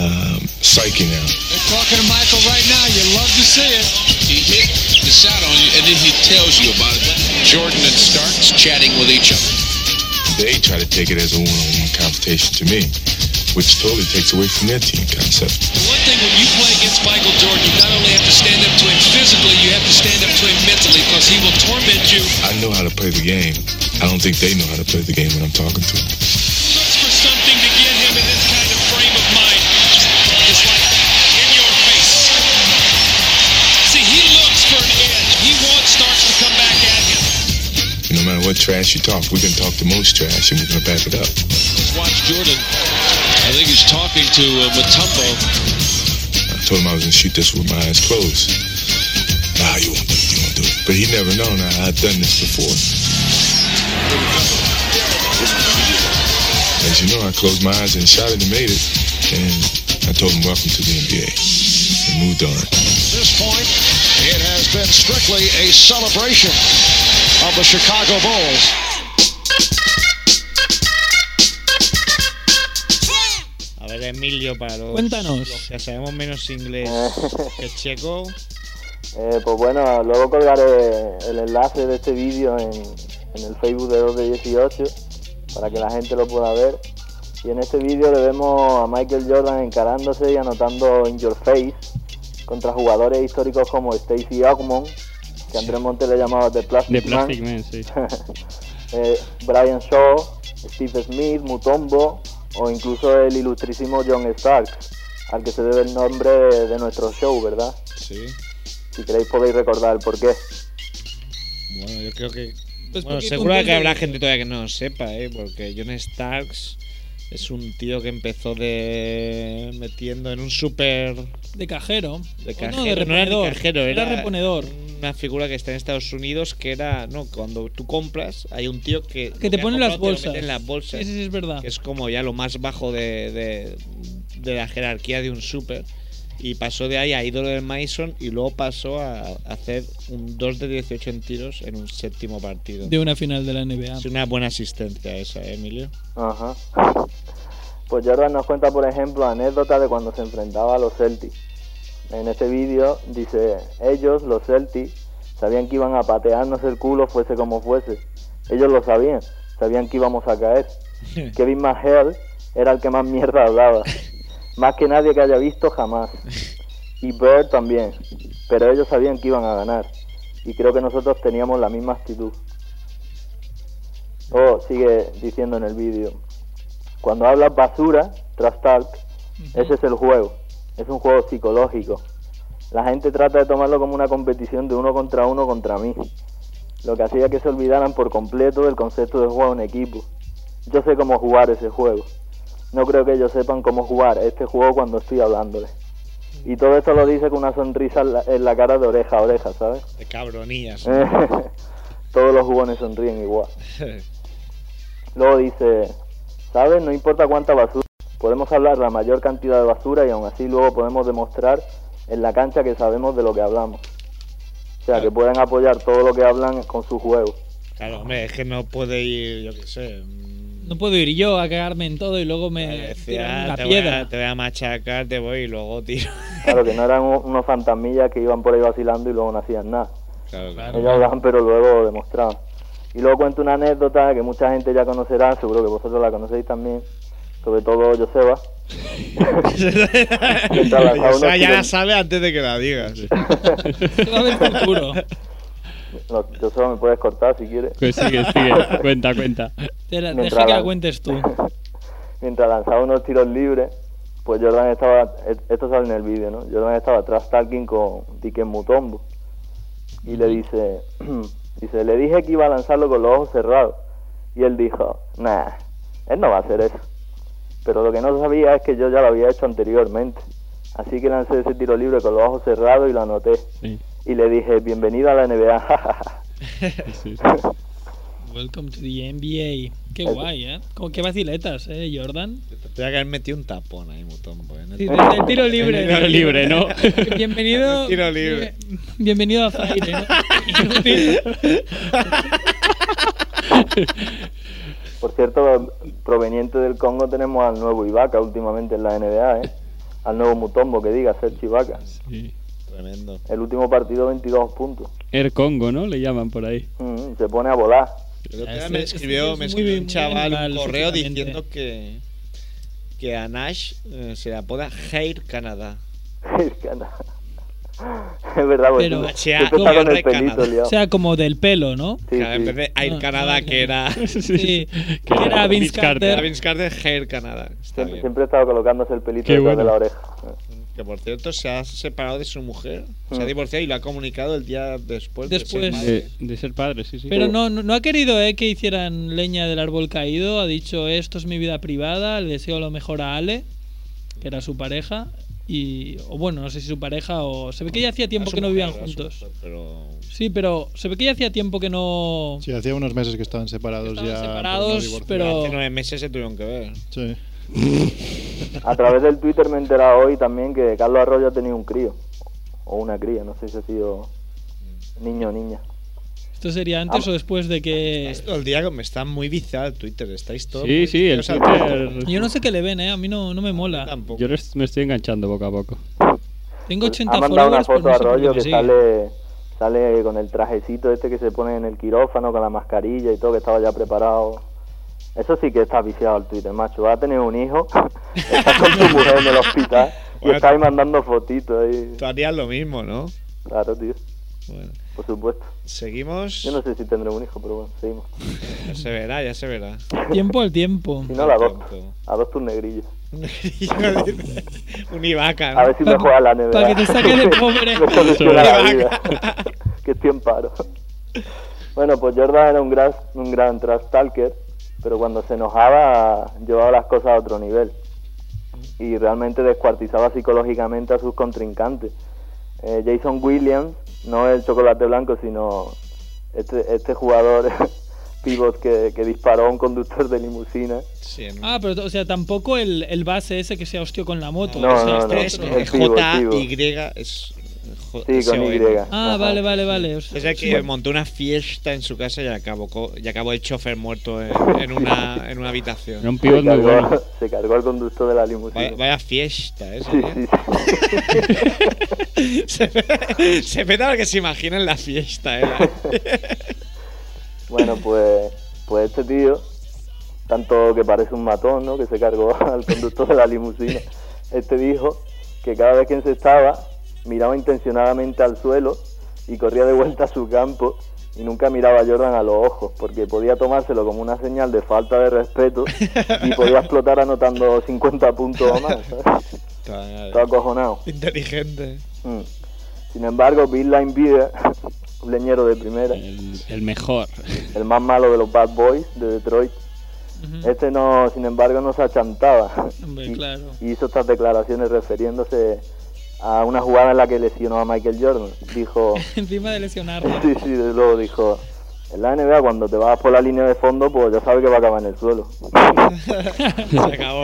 S18: um, psyche now.
S17: They're talking to Michael right now. You love to see it. He hit the shot on you, and then he tells you about it. Jordan and Starks chatting with each other.
S18: they try to take it as a one-on-one confrontation to me, which totally takes away from their team concept.
S17: One thing when you play against Michael Jordan, you not only have to stand up to him physically, you have to stand up to him mentally because he will torment you.
S18: I know how to play the game. I don't think they know how to play the game when I'm talking to them.
S17: Looks for something to get him in this kind of frame of mind. It's like in your face. See, he looks for an edge. He wants Starks to come back at him.
S18: No matter what trash you talk, we're gonna talk the most trash and we're gonna back it up.
S17: Let's watch Jordan. I think he's talking to uh, Matumbo.
S18: I told him I was gonna shoot this with my eyes closed. Nah, you won't do it, you won't do it. But he never known I, I've done this before. As you know, I closed my eyes and shot it and made it. And I told him, welcome to the NBA. And moved on.
S17: At this point, it has been strictly a celebration of the Chicago Bulls.
S5: A ver, Emilio, para los,
S16: Cuéntanos.
S5: los que sabemos menos inglés que checo,
S16: Eh, pues bueno, luego colgaré el enlace de este vídeo en, en el Facebook de 2 de 18 para que la gente lo pueda ver. Y en este vídeo le vemos a Michael Jordan encarándose y anotando in your face contra jugadores históricos como Stacy Ogmon, que Andrés Monte le llamaba The Plastic,
S10: De Plastic Man, sí.
S16: eh, Brian Shaw, Steve Smith, Mutombo o incluso el ilustrísimo John Starks, al que se debe el nombre de nuestro show, ¿verdad?
S5: sí.
S16: Si queréis podéis recordar el porqué.
S5: Bueno, yo creo que.
S16: Pues
S5: bueno,
S16: porque
S5: seguro
S16: conté
S5: que habrá
S16: yo.
S5: gente todavía que no lo sepa, ¿eh? Porque John Starks es un tío que empezó de metiendo en un super.
S11: De cajero.
S5: De
S11: O
S5: cajero.
S11: No, de
S5: era ni
S11: reponedor.
S5: cajero, era,
S11: Era reponedor.
S5: Una figura que está en Estados Unidos que era. No, cuando tú compras, hay un tío que.
S11: Que te pone
S5: ponen
S11: las
S5: Te lo
S11: bolsas.
S5: mete en las bolsas.
S11: Sí, sí, sí, es verdad.
S5: que es como ya lo más bajo de, de- de la jerarquía de un super. Y pasó de ahí a ídolo del Mason y luego pasó a hacer un 2 de 18 en tiros en un séptimo partido.
S11: De una final de la NBA.
S5: Es una buena asistencia esa, ¿eh, Emilio.
S16: Ajá. Pues Jordan nos cuenta, por ejemplo, anécdotas de cuando se enfrentaba a los Celtics. En este vídeo dice, ellos, los Celtics, sabían que iban a patearnos el culo fuese como fuese. Ellos lo sabían, sabían que íbamos a caer. Kevin McHale era el que más mierda hablaba. Más que nadie que haya visto jamás. Y Bird también. Pero ellos sabían que iban a ganar. Y creo que nosotros teníamos la misma actitud. Oh, sigue diciendo en el vídeo. Cuando hablas basura, tras talk, ese es el juego. Es un juego psicológico. La gente trata de tomarlo como una competición de uno contra uno contra mí. Lo que hacía que se olvidaran por completo del concepto de jugar en equipo. Yo sé cómo jugar ese juego. No creo que ellos sepan cómo jugar este juego cuando estoy hablándoles. Y todo esto lo dice con una sonrisa en la, en la cara de oreja a oreja, ¿sabes?
S5: De cabronías.
S16: todos los jugones sonríen igual. Luego dice, ¿sabes? No importa cuánta basura, podemos hablar la mayor cantidad de basura y aún así luego podemos demostrar en la cancha que sabemos de lo que hablamos. O sea, que pueden apoyar todo lo que hablan con su juego.
S5: Claro, hombre, es que no puede ir, yo qué sé.
S4: No puedo ir yo a cagarme en todo y luego me tiran
S5: Decía,
S4: la
S5: ah, te, voy
S4: piedra.
S5: a, te voy a machacar, te voy y luego tiro.
S16: Claro, que no eran u- unos fantasmillas que iban por ahí vacilando y luego no hacían nada.
S5: Claro,
S16: Ellos hablaban, pero luego demostraban. Y luego cuento una anécdota que mucha gente ya conocerá, seguro que vosotros la conocéis también, sobre todo Joseba. Que trabajaba
S5: o sea,
S16: unos
S5: ya la
S16: kilom-
S5: sabe antes de que la digas.
S16: No, Joseba, me puedes cortar si quieres.
S10: Pues sigue, sigue. Cuenta, cuenta.
S4: Espera,
S16: Mientras
S4: deja que la
S16: la-
S4: cuentes tú.
S16: mientras lanzaba unos tiros libres, pues Jordan estaba, et- esto sale en el vídeo, ¿no? Jordan estaba atrás talking con Diken Mutombo y le dice, dice, le dije que iba a lanzarlo con los ojos cerrados y él dijo, nah, él no va a hacer eso. Pero lo que no sabía es que yo ya lo había hecho anteriormente, así que lancé ese tiro libre con los ojos cerrados y lo anoté y le dije, bienvenido a la NBA.
S4: Welcome to the NBA. Qué
S16: Eso.
S4: guay, ¿eh? Como qué vaciletas, ¿eh, Jordan?
S5: Te voy a haber metido un tapón ahí, mutombo. ¿eh?
S4: Sí, desde el tiro libre.
S5: En el tiro libre, ¿no?
S4: Bienvenido.
S5: El tiro libre.
S4: bien- Bienvenido a Zaire, ¿no? Inútil.
S16: Por cierto, proveniente del Congo tenemos al nuevo Ibaka últimamente en la NBA, ¿eh? Al nuevo Mutombo, que diga, Serge Ibaka.
S5: Tremendo.
S16: El último partido, 22 puntos.
S10: Air Er Congo, ¿no? Le llaman por ahí.
S16: Mm, se pone a volar.
S5: El otro
S4: Ah,
S5: día Ah, me escribió, me escribió un chaval un correo diciendo que, que a Nash eh, se le apoda Hair Canadá.
S16: Hair Canadá. Es verdad, porque
S4: Pero-
S16: siempre está con el pelito liado.
S4: o sea, como del pelo, ¿no?
S5: Claro, En vez de Air
S4: Ah,
S5: Canadá,
S4: ah,
S5: que era.
S4: Sí. Que era Vince Carter.
S5: Era Vince Carter, Hair Canadá. Está
S16: siempre,
S5: bien.
S16: siempre estaba colocándose el pelito
S5: Qué
S16: detrás de
S5: bueno.
S16: la oreja.
S5: Que por cierto se ha separado de su mujer, se
S16: Mm.
S5: ha divorciado y lo ha comunicado el día después.
S4: Después.
S10: De, de ser padre, sí, sí.
S4: Pero no, no, no ha querido eh, que hicieran leña del árbol caído. Ha dicho, esto es mi vida privada, le deseo lo mejor a Ale, que era su pareja. Y, o bueno, no sé si su pareja o... Se ve que ya hacía tiempo que no vivían juntos.
S5: pero...
S4: Sí, pero se ve que ya hacía tiempo que no...
S6: Sí, hacía unos meses que Oh. estaban separados ya. pero no divorciados.
S5: Hace nueve meses se tuvieron que ver.
S6: Sí.
S16: A través del Twitter me he enterado hoy también que Carlos Arroyo ha tenido un crío. O una cría, no sé si ha sido niño o niña.
S4: ¿Esto sería
S16: Ah.
S4: antes o después de que...?
S5: Todo el día me está muy bizarro el Twitter, estáis todos.
S10: Sí,
S5: muy
S10: sí, el
S5: viciados al
S10: Twitter.
S4: Yo no sé qué le ven, ¿eh? A mí no, no me mola.
S10: Yo lo es- me estoy enganchando poco a poco.
S4: Tengo 80
S16: ha mandado una
S4: followers, pero
S16: foto
S4: no
S16: a
S4: sé por qué
S16: rollo
S4: me
S16: que
S4: sigue.
S16: sale, sale con el trajecito este que se pone en el quirófano, con la mascarilla y todo, que estaba ya preparado. Eso sí que está viciado al Twitter, macho. Ha tenido un hijo, está con su mujer en el hospital y
S5: Bueno,
S16: está ahí mandando fotitos. Ahí.
S5: Tú harías lo mismo, ¿no?
S16: Claro, tío.
S5: Bueno.
S16: Por supuesto.
S5: Seguimos.
S16: Yo no sé si tendré un hijo, pero bueno, seguimos.
S5: Ya se verá, ya se verá.
S4: Tiempo al tiempo.
S16: Si no, la adopto. Adopto un negrillo.
S5: Un Ibaka, ¿no?
S16: A ver si me juega a la NBA.
S5: pa' que te saque de pobre.
S16: Me soluciona la
S5: Sobre.
S16: vida. que estoy en paro. Bueno, pues Jordan era un gran, un gran trash talker, pero cuando se enojaba llevaba las cosas a otro nivel. Y realmente descuartizaba psicológicamente a sus contrincantes. Eh, Jason Williams, no el chocolate blanco, sino este, este jugador pivot que, que disparó a un conductor de limusina.
S4: Ah, pero o sea, tampoco el, el base ese que se hostió con la moto.
S16: No,
S4: o sea,
S16: no,
S4: este
S16: no,
S4: otro.
S16: el Es pivot,
S5: JY es.
S16: Sí, con
S5: SOE.
S16: Y.
S4: Ah, vale, vale, vale. O sea,
S5: Es el que
S4: bueno.
S5: montó una fiesta en su casa y acabó, co- y acabó el chofer muerto en, en una, en una habitación.
S10: Era un pivot
S16: se,
S10: muy
S16: cargó,
S10: bueno.
S16: se cargó al conductor de la limusina.
S5: Vaya, vaya fiesta esa.
S16: Sí,
S5: ¿eh? se, se peta lo que se imagina en la fiesta. ¿eh?
S16: Bueno, pues, pues este tío, tanto que parece un matón, ¿no? Que se cargó al conductor de la limusina. Este dijo que cada vez que encestaba, miraba intencionadamente al suelo y corría de vuelta a su campo y nunca miraba a Jordan a los ojos, porque podía tomárselo como una señal de falta de respeto y podía explotar anotando 50 puntos o más. ¿sabes? Todo acojonado.
S5: Inteligente.
S16: Mm. Sin embargo, Bill Line Beer, un leñero de primera,
S10: El mejor.
S16: el más malo de los Bad Boys de Detroit. Este no, sin embargo, no se achantaba
S4: Hombre, claro.
S16: y hizo estas declaraciones refiriéndose a una jugada en la que lesionó a Michael Jordan. Dijo,
S4: Encima de lesionarlo.
S16: sí, sí, desde luego dijo, En la NBA, cuando te vas por la línea de fondo, pues ya sabes que va a acabar en el suelo.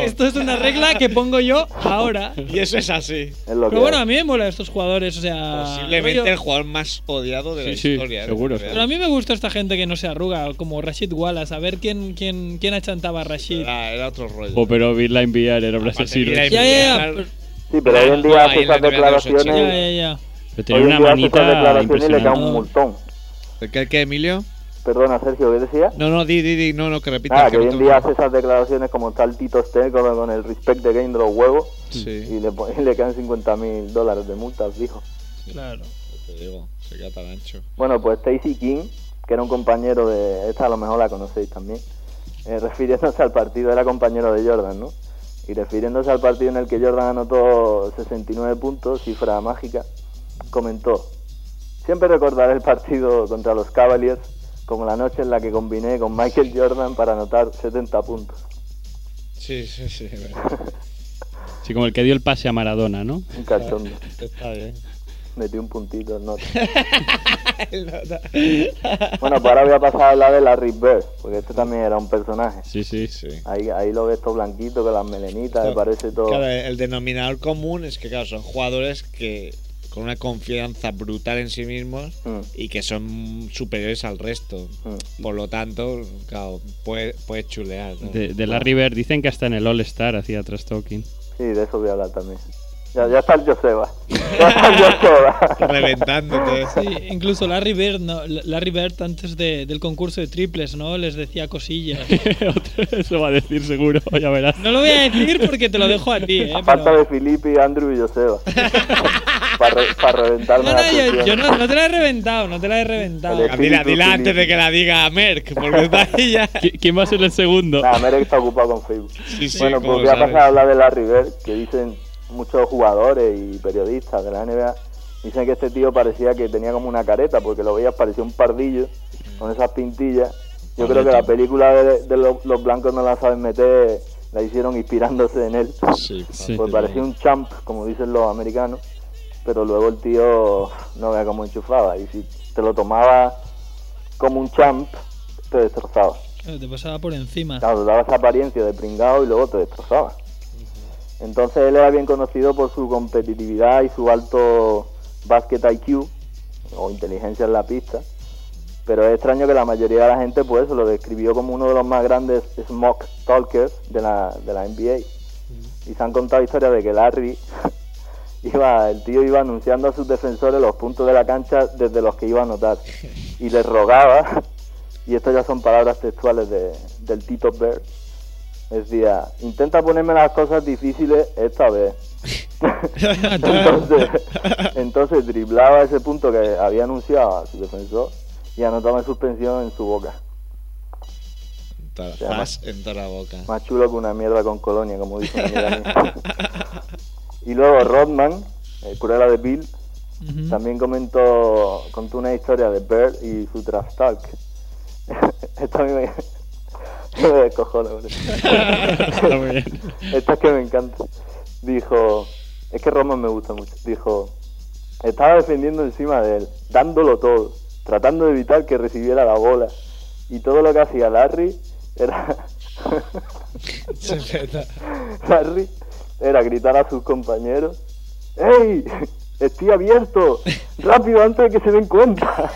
S4: Esto es una regla que pongo yo ahora.
S12: Y eso es
S5: Ah,
S12: así.
S16: Es lo que
S4: Pero bueno, a mí me mola estos jugadores, o sea.
S12: Posiblemente
S4: rollo-
S12: el jugador más odiado de la
S10: Sí, sí,
S12: historia. ¿eh?
S10: seguro,
S12: Real.
S4: Pero a mí me gusta esta gente que no se arruga, como Rashid Wallace. A ver quién, quién, quién achantaba a Rashid.
S12: Ah, era otro rollo.
S10: O Oh, pero Bill la enviar era Brasil Sirus.
S4: Ya, ya, ya.
S16: Sí, pero hoy en día hace esas
S4: Ya,
S16: declaraciones.
S4: ya, ya.
S10: Pero
S16: hoy
S10: tenía
S16: en
S10: una
S16: día hace esas
S10: manita
S16: declaraciones y le cae un
S10: impresionante.
S16: multón.
S12: ¿Qué, qué, Emilio?
S16: Perdona, Sergio, ¿qué decía?
S12: No, no, di, di, di, no, no, que repita.
S16: Nada, Ah, que hoy en día hace esas declaraciones como está el Tito Stern con, con el respect de game de los huevos
S12: Sí,
S16: y le, pon- y le caen 50 mil dólares de multas, dijo.
S4: claro.
S12: te digo, se queda tan ancho.
S16: Bueno, pues Stacy King, que era un compañero de. Esta a lo mejor la conocéis también. eh, refiriéndose al partido, era compañero de Jordan, ¿no? Y refiriéndose al partido en el que Jordan anotó 69 puntos, cifra mágica, comentó: Siempre recordaré el partido contra los Cavaliers como la noche en la que combiné con Michael Jordan para anotar 70 puntos.
S12: Sí, sí, sí.
S10: Sí, como el que dio el pase a Maradona, ¿no?
S16: Un cachondo.
S12: Está bien.
S16: Metí un puntito el nota. bueno, pues ahora voy a pasar a hablar de Larry Bird, porque este también era un personaje.
S10: Sí, sí.
S16: Ahí, ahí lo ves todo blanquito, con las melenitas, me parece todo.
S12: Claro, el denominador común es que, claro, son jugadores que con una confianza brutal en sí mismos
S16: Mm.
S12: y que son superiores al resto. Por lo tanto, claro, puedes puede chulear. ¿no?
S10: De, de la River dicen que hasta en el All Star hacía trash talking.
S16: Sí, de eso voy a hablar también. Ya, ya está el Joseba. Ya está el Joseba.
S12: Reventándote.
S4: Sí, incluso Larry Bird, no, Larry Bird antes de- del concurso de triples, ¿no? Les decía cosillas.
S10: Eso va a decir seguro, ya verás.
S4: No lo voy a decir porque te lo dejo a ti, ¿eh?
S16: A falta de Filipe, Andrew y Joseba. Para reventarme
S4: No,
S16: la
S4: no, yo,
S16: sesión.
S4: yo no, no te la he reventado, no te la he reventado.
S12: Ah, Dila, dila antes de que la diga Merck, porque está ahí ya.
S10: ¿Quién va a ser el segundo?
S4: Ah,
S16: Nah, Merck está ocupado con Facebook.
S12: sí,
S16: bueno,
S12: ¿cómo
S16: pues voy a
S12: sabes?
S16: pasar a hablar de Larry Bird, que dicen muchos jugadores y periodistas de la NBA. Dicen que este tío parecía que tenía como una careta, porque lo veías, parecía un pardillo, con esas pintillas. Yo creo que la película de, de los, los blancos no la saben meter, la hicieron inspirándose en él.
S10: Sí.
S16: Pues parecía un champ, como dicen los americanos, pero luego el tío no vea cómo enchufaba. Y si te lo tomaba como un champ, te destrozaba.
S4: Claro, Te pasaba por encima.
S16: Claro, daba esa apariencia de pringado y luego te destrozaba. Entonces él era bien conocido por su competitividad y su alto basket IQ o inteligencia en la pista. Pero es extraño que la mayoría de la gente pues lo describió como uno de los más grandes smoke talkers de la, de la NBA. Y se han contado historias de que Larry iba, el tío iba anunciando a sus defensores los puntos de la cancha desde los que iba a anotar. Y les rogaba y esto ya son palabras textuales de- del Tito Bird. Decía, intenta ponerme las cosas difíciles esta vez. entonces, entonces driblaba ese punto que había anunciado a su defensor y anotaba en suspensión en su boca.
S12: Toda-
S16: sea,
S12: zas en toda la boca.
S16: Más chulo que una mierda con colonia, como dice una amiga mía. Y luego Rodman, el Cruella de Bill, también comentó, contó una historia de Bird y su trash talk. Esto a mí me, me descojona, bro.
S10: muy bien.
S16: Esto es que me encanta. Dijo, es que Rodman me gusta mucho. Dijo, estaba defendiendo encima de él, dándolo todo, tratando de evitar que recibiera la bola. Y todo lo que hacía Larry era... Larry era gritar a sus compañeros, ¡Ey! Estoy abierto, rápido antes de que se den cuenta,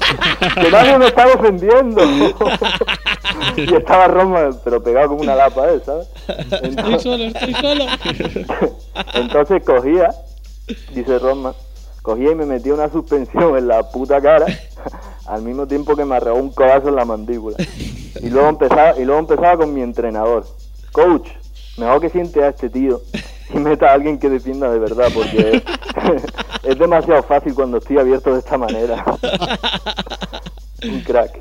S16: que nadie me está defendiendo. y estaba Roma, pero pegado como una lapa, ¿eh? ¿sabes?
S4: Estoy solo, estoy solo.
S16: Entonces cogía, dice Roma, cogía y me metía una suspensión en la puta cara, al mismo tiempo que me arregló un codazo en la mandíbula. Y luego empezaba, y luego empezaba con mi entrenador. Coach, mejor que siente a este tío y meta a alguien que defienda de verdad, porque es, es demasiado fácil cuando estoy abierto de esta manera. un crack.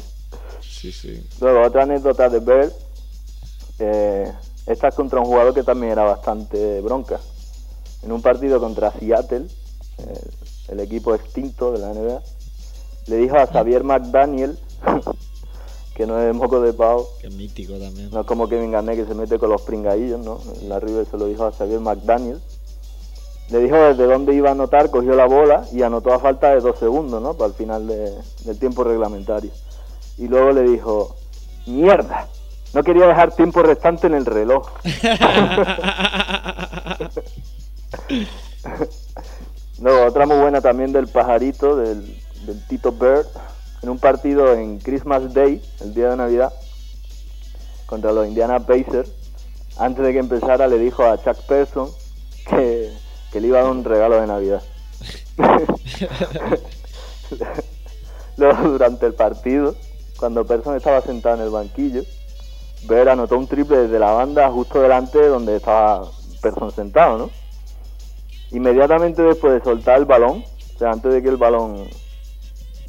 S12: Sí, sí.
S16: Luego, otra anécdota de Bird. eh, esta es contra un jugador que también era bastante bronca. En un partido contra Seattle, eh, el equipo extinto de la NBA, le dijo a Xavier McDaniel, que no es moco de pavo,
S12: Qué mítico también.
S16: no es como Kevin Garnett que se mete con los pringadillos, ¿no? La River se lo dijo a Xavier McDaniel. Le dijo desde dónde iba a anotar, cogió la bola y anotó a falta de dos segundos, ¿no? Para el final de- del tiempo reglamentario. y luego le dijo, mierda, no quería dejar tiempo restante en el reloj. no, otra muy buena también del pajarito, del, del Tito Bird, en un partido en Christmas Day, el día de Navidad, contra los Indiana Pacers, antes de que empezara le dijo a Chuck Person que, que le iba a dar un regalo de Navidad. Luego, durante el partido, cuando Person estaba sentado en el banquillo, Ver anotó un triple desde la banda justo delante de donde estaba Person sentado, ¿no? Inmediatamente después de soltar el balón, o sea, antes de que el balón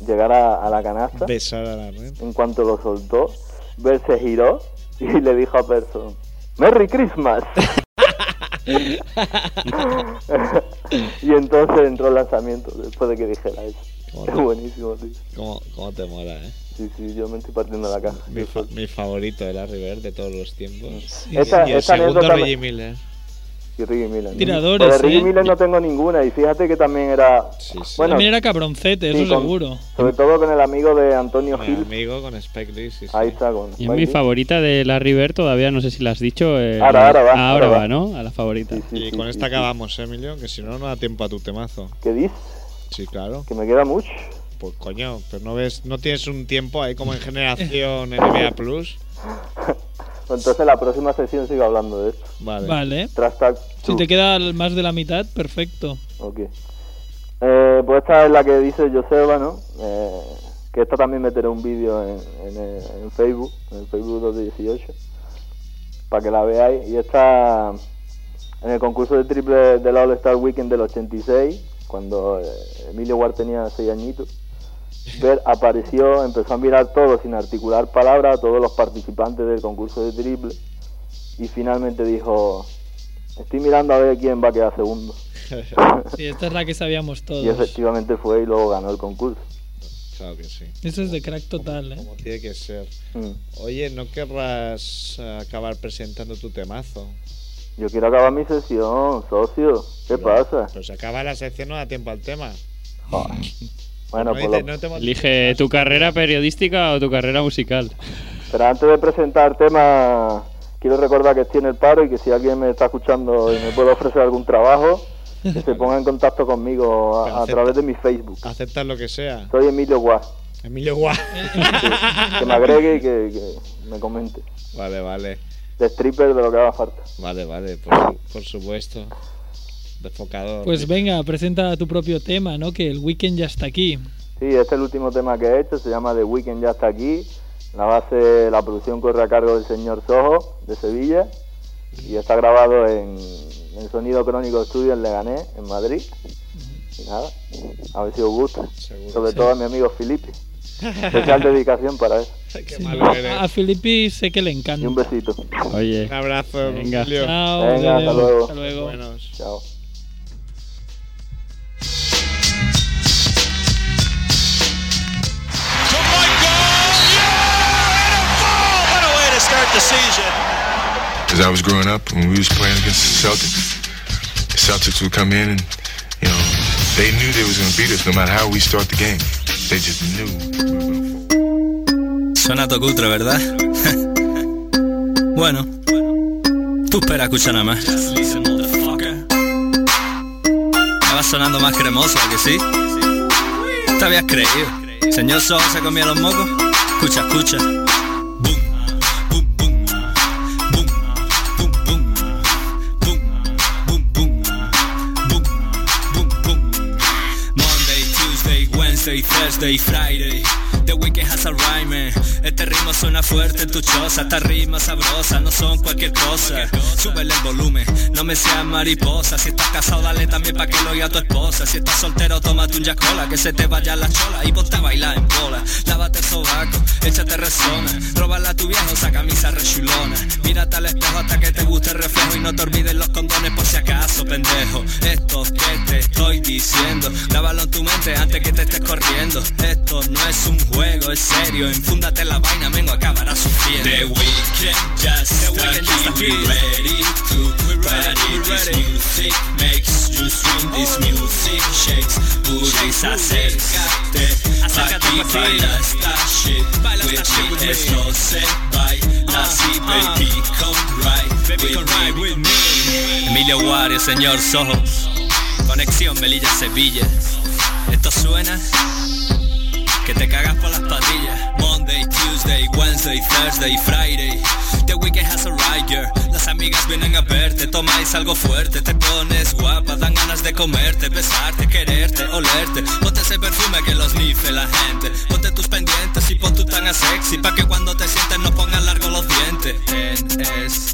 S16: llegara a la canasta,
S5: Besar a la red.
S16: en cuanto lo soltó, Ver se giró y le dijo a Person, ¡Merry Christmas! y entonces entró el lanzamiento después de que dijera eso.
S5: Como
S16: Es
S5: te-
S16: buenísimo, tío.
S5: ¿Cómo, cómo te mola, eh?
S16: Sí, sí, yo me estoy partiendo la caja.
S5: Mi, fa- mi favorito de Larry Bird de todos los tiempos. Y-
S16: Esa-
S5: y el
S16: esa
S5: segundo
S16: anécdota me-
S5: Reggie Miller.
S16: Y Ricky Miller. ¿no?
S11: Tiradores,
S16: Pero de Ricky
S11: ¿eh?
S16: Miller no tengo ninguna. Y fíjate que también era. Bueno,
S11: También era cabroncete,
S16: sí,
S11: eso
S16: con-
S11: seguro.
S16: Sobre todo con el amigo de Antonio
S5: Mi
S16: Gil.
S5: amigo con Spike Lee, sí, sí.
S16: Ahí está, con.
S10: Y es mi favorita de Larry Bird, todavía no sé si la has dicho. eh,
S16: Ahora, ahora va,
S10: ah,
S16: ahora
S10: va,
S16: va.
S10: ¿no? A la favorita.
S5: Y con esta acabamos, ¿eh, Emilio, que si no, no da tiempo a tu temazo.
S16: ¿Qué dices?
S5: Sí, claro.
S16: Que me queda mucho.
S5: Pues coño, pero no ves, no tienes un tiempo ahí como en generación NBA Plus.
S16: Entonces la próxima sesión sigo hablando de esto.
S5: Vale.
S11: Vale.
S16: Tras Tac
S11: Si
S16: Two.
S11: te queda el- más de la mitad, perfecto.
S16: Ok. Eh, pues esta es la que dice Joseba, ¿no? Eh, que esta también meteré un vídeo en, en, eh, en Facebook, en el Facebook 218, para que la veáis. Y esta en el concurso de triple del All Star Weekend del 86, cuando eh, Emilio Ward tenía 6 añitos. Ver apareció, empezó a mirar todo sin articular palabra a todos los participantes del concurso de triple y finalmente dijo, estoy mirando a ver quién va a quedar segundo.
S11: Sí, esta es la que sabíamos
S16: Y
S11: todos.
S16: efectivamente fue y luego ganó el concurso.
S5: Claro que sí.
S11: Eso es de crack total, ¿eh?
S5: Como tiene que ser.
S16: Mm.
S5: Oye, ¿no querrás eh, acabar presentando tu temazo?
S16: Yo quiero acabar mi sesión, socio. ¿Qué pasa?
S5: Pues acaba la sección, no da tiempo al tema.
S16: Bueno,
S5: no
S16: por
S5: dice-
S16: lo-
S5: no te mo-
S10: Elige tu carrera periodística o tu carrera musical.
S16: pero antes de presentar el tema, quiero recordar que estoy en el paro y que si alguien me está escuchando y me puede ofrecer algún trabajo, que se ponga en contacto conmigo a- a,
S5: acepta-
S16: través de mi Facebook.
S5: Aceptas lo que sea.
S16: Soy Emilio Guas.
S5: Emilio Guas.
S16: Que me agregue y que, que me comente.
S5: Vale, vale.
S16: De stripper, de lo que haga falta.
S5: Vale, vale, por, su- por supuesto. Defocador.
S11: Pues venga, presenta tu propio tema, ¿no? Que el weekend ya está aquí.
S16: Sí, este es el último tema que he hecho, se llama The Weekend Ya Está Aquí. La base, la producción corre a cargo del señor Sojo, de Sevilla, y está grabado en, en Sonido Crónico Studio en Leganés, en Madrid. Y nada, a ver si os gusta. Sobre todo a mi amigo Felipe. Especial dedicación para él.
S5: Qué
S16: malo
S11: A a Filippi sé que le encanta.
S16: Y un besito.
S10: Oye.
S5: Un abrazo,
S10: Venga.
S5: Emilio.
S11: Chao,
S16: Venga, hasta
S11: adiós.
S16: luego.
S11: Hasta luego.
S5: Buenos.
S16: Chao.
S17: What a way to start the season.
S18: As I was growing up, when we was playing against the Celtics, the Celtics would come in and, you know, they knew they was going to beat us no matter how we start the game. They just knew.
S1: Suena todo cutre, ¿verdad? bueno, tú espera escucha nada más. Me va sonando más cremoso, ¿a que sí? Te habías creído. Señor Soho se comía los mocos. Escucha, escucha. Boom, boom, boom, boom, boom, boom, boom, boom, boom, boom, boom, boom, boom, boom. Monday, Tuesday, Wednesday, Thursday, Friday. The weekend has arrived, man. Este ritmo suena fuerte en tu choza. Esta rima sabrosa, no son cualquier cosa. Súbele el volumen, no me seas mariposa. Si estás casado, dale también pa' que lo oiga tu esposa. Si estás soltero, tómate un yacola, que se te vaya la chola y ponte a bailar en bola. Lávate el sobaco, échate resona. Róbala a tu viejo, esa camisa rechulona. Mírate al espejo hasta que te guste el reflejo y no te olvides los condones por si acaso, pendejo. Esto que te estoy diciendo, grábalo en tu mente antes que te estés corriendo. Esto no es un juego, es serio. Enfúndate la vaina, mengo acabarás sufriendo. The weekend ya está aquí, we ready to party this music makes you swing this music uh, pues, shakes. Puedes acercarte, acércate pa' aquí, baila esta shit. We que G es no se baila así, baby, come right Baby, come right with me Emilio Wario, señor Soho Conexión Melilla, Sevilla Esto suena que te cagas por las patillas Monday, Tuesday, Wednesday, Thursday, Friday The weekend has arrived yeah. Las amigas vienen a verte, tomáis algo fuerte Te pones guapa, dan ganas de comerte Besarte, quererte, olerte Ponte ese perfume que los life la gente Ponte tus pendientes y pon tu tan sexy Pa' que cuando te sientes no pongan largo los dientes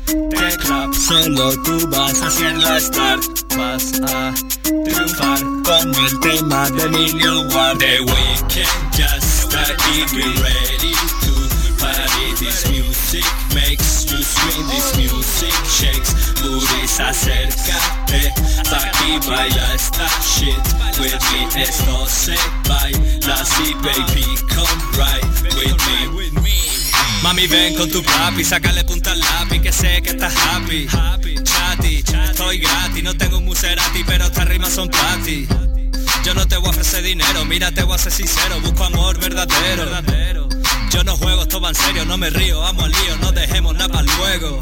S1: En este club solo tú vas a hacer la start Vas a triunfar con el tema de Emilio Ward The weekend just started, we ready to party This music makes you swing, this music shakes Booties, acércate, pa' aquí baila esta shit With me esto se baila, sí baby, come right with me Mami ven con tu papi, sácale punta al lápiz que sé que estás happy Chati, estoy gratis, no tengo un Maserati pero estas rimas son para ti yo no te voy a ofrecer dinero, mira, te voy a ser sincero, busco amor verdadero. Yo no juego, esto va en serio, no me río, amo al lío, no dejemos nada para luego.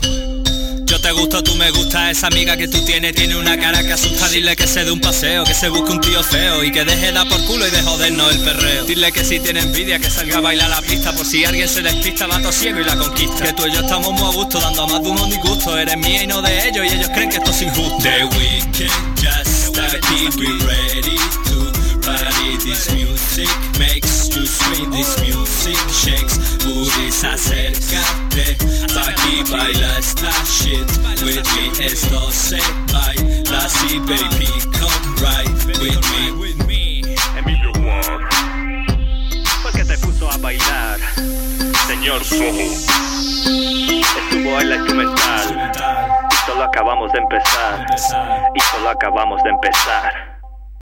S1: Yo te gusto, tú me gustas, esa amiga que tú tienes tiene una cara que asusta, dile que se dé un paseo, que se busque un tío feo y que deje dar por culo y de jodernos el perreo. Dile que si tiene envidia, que salga a bailar a la pista, por si alguien se despista, va todo ciego y la conquista. Que tú y yo estamos muy a gusto, dando a más de uno un disgusto, eres mía y no de ellos y ellos creen que esto es injusto. The weekend just started, we ready to party, this music makes you swing, this music shakes, booties acércate, pa' aquí baila esta shit, with me esto se baila, sí baby, come right with me. With me. Emilio Ward, porque te puso a bailar, señor Soho. Estuvo en la instrumental, solo acabamos de empezar, y solo acabamos de empezar.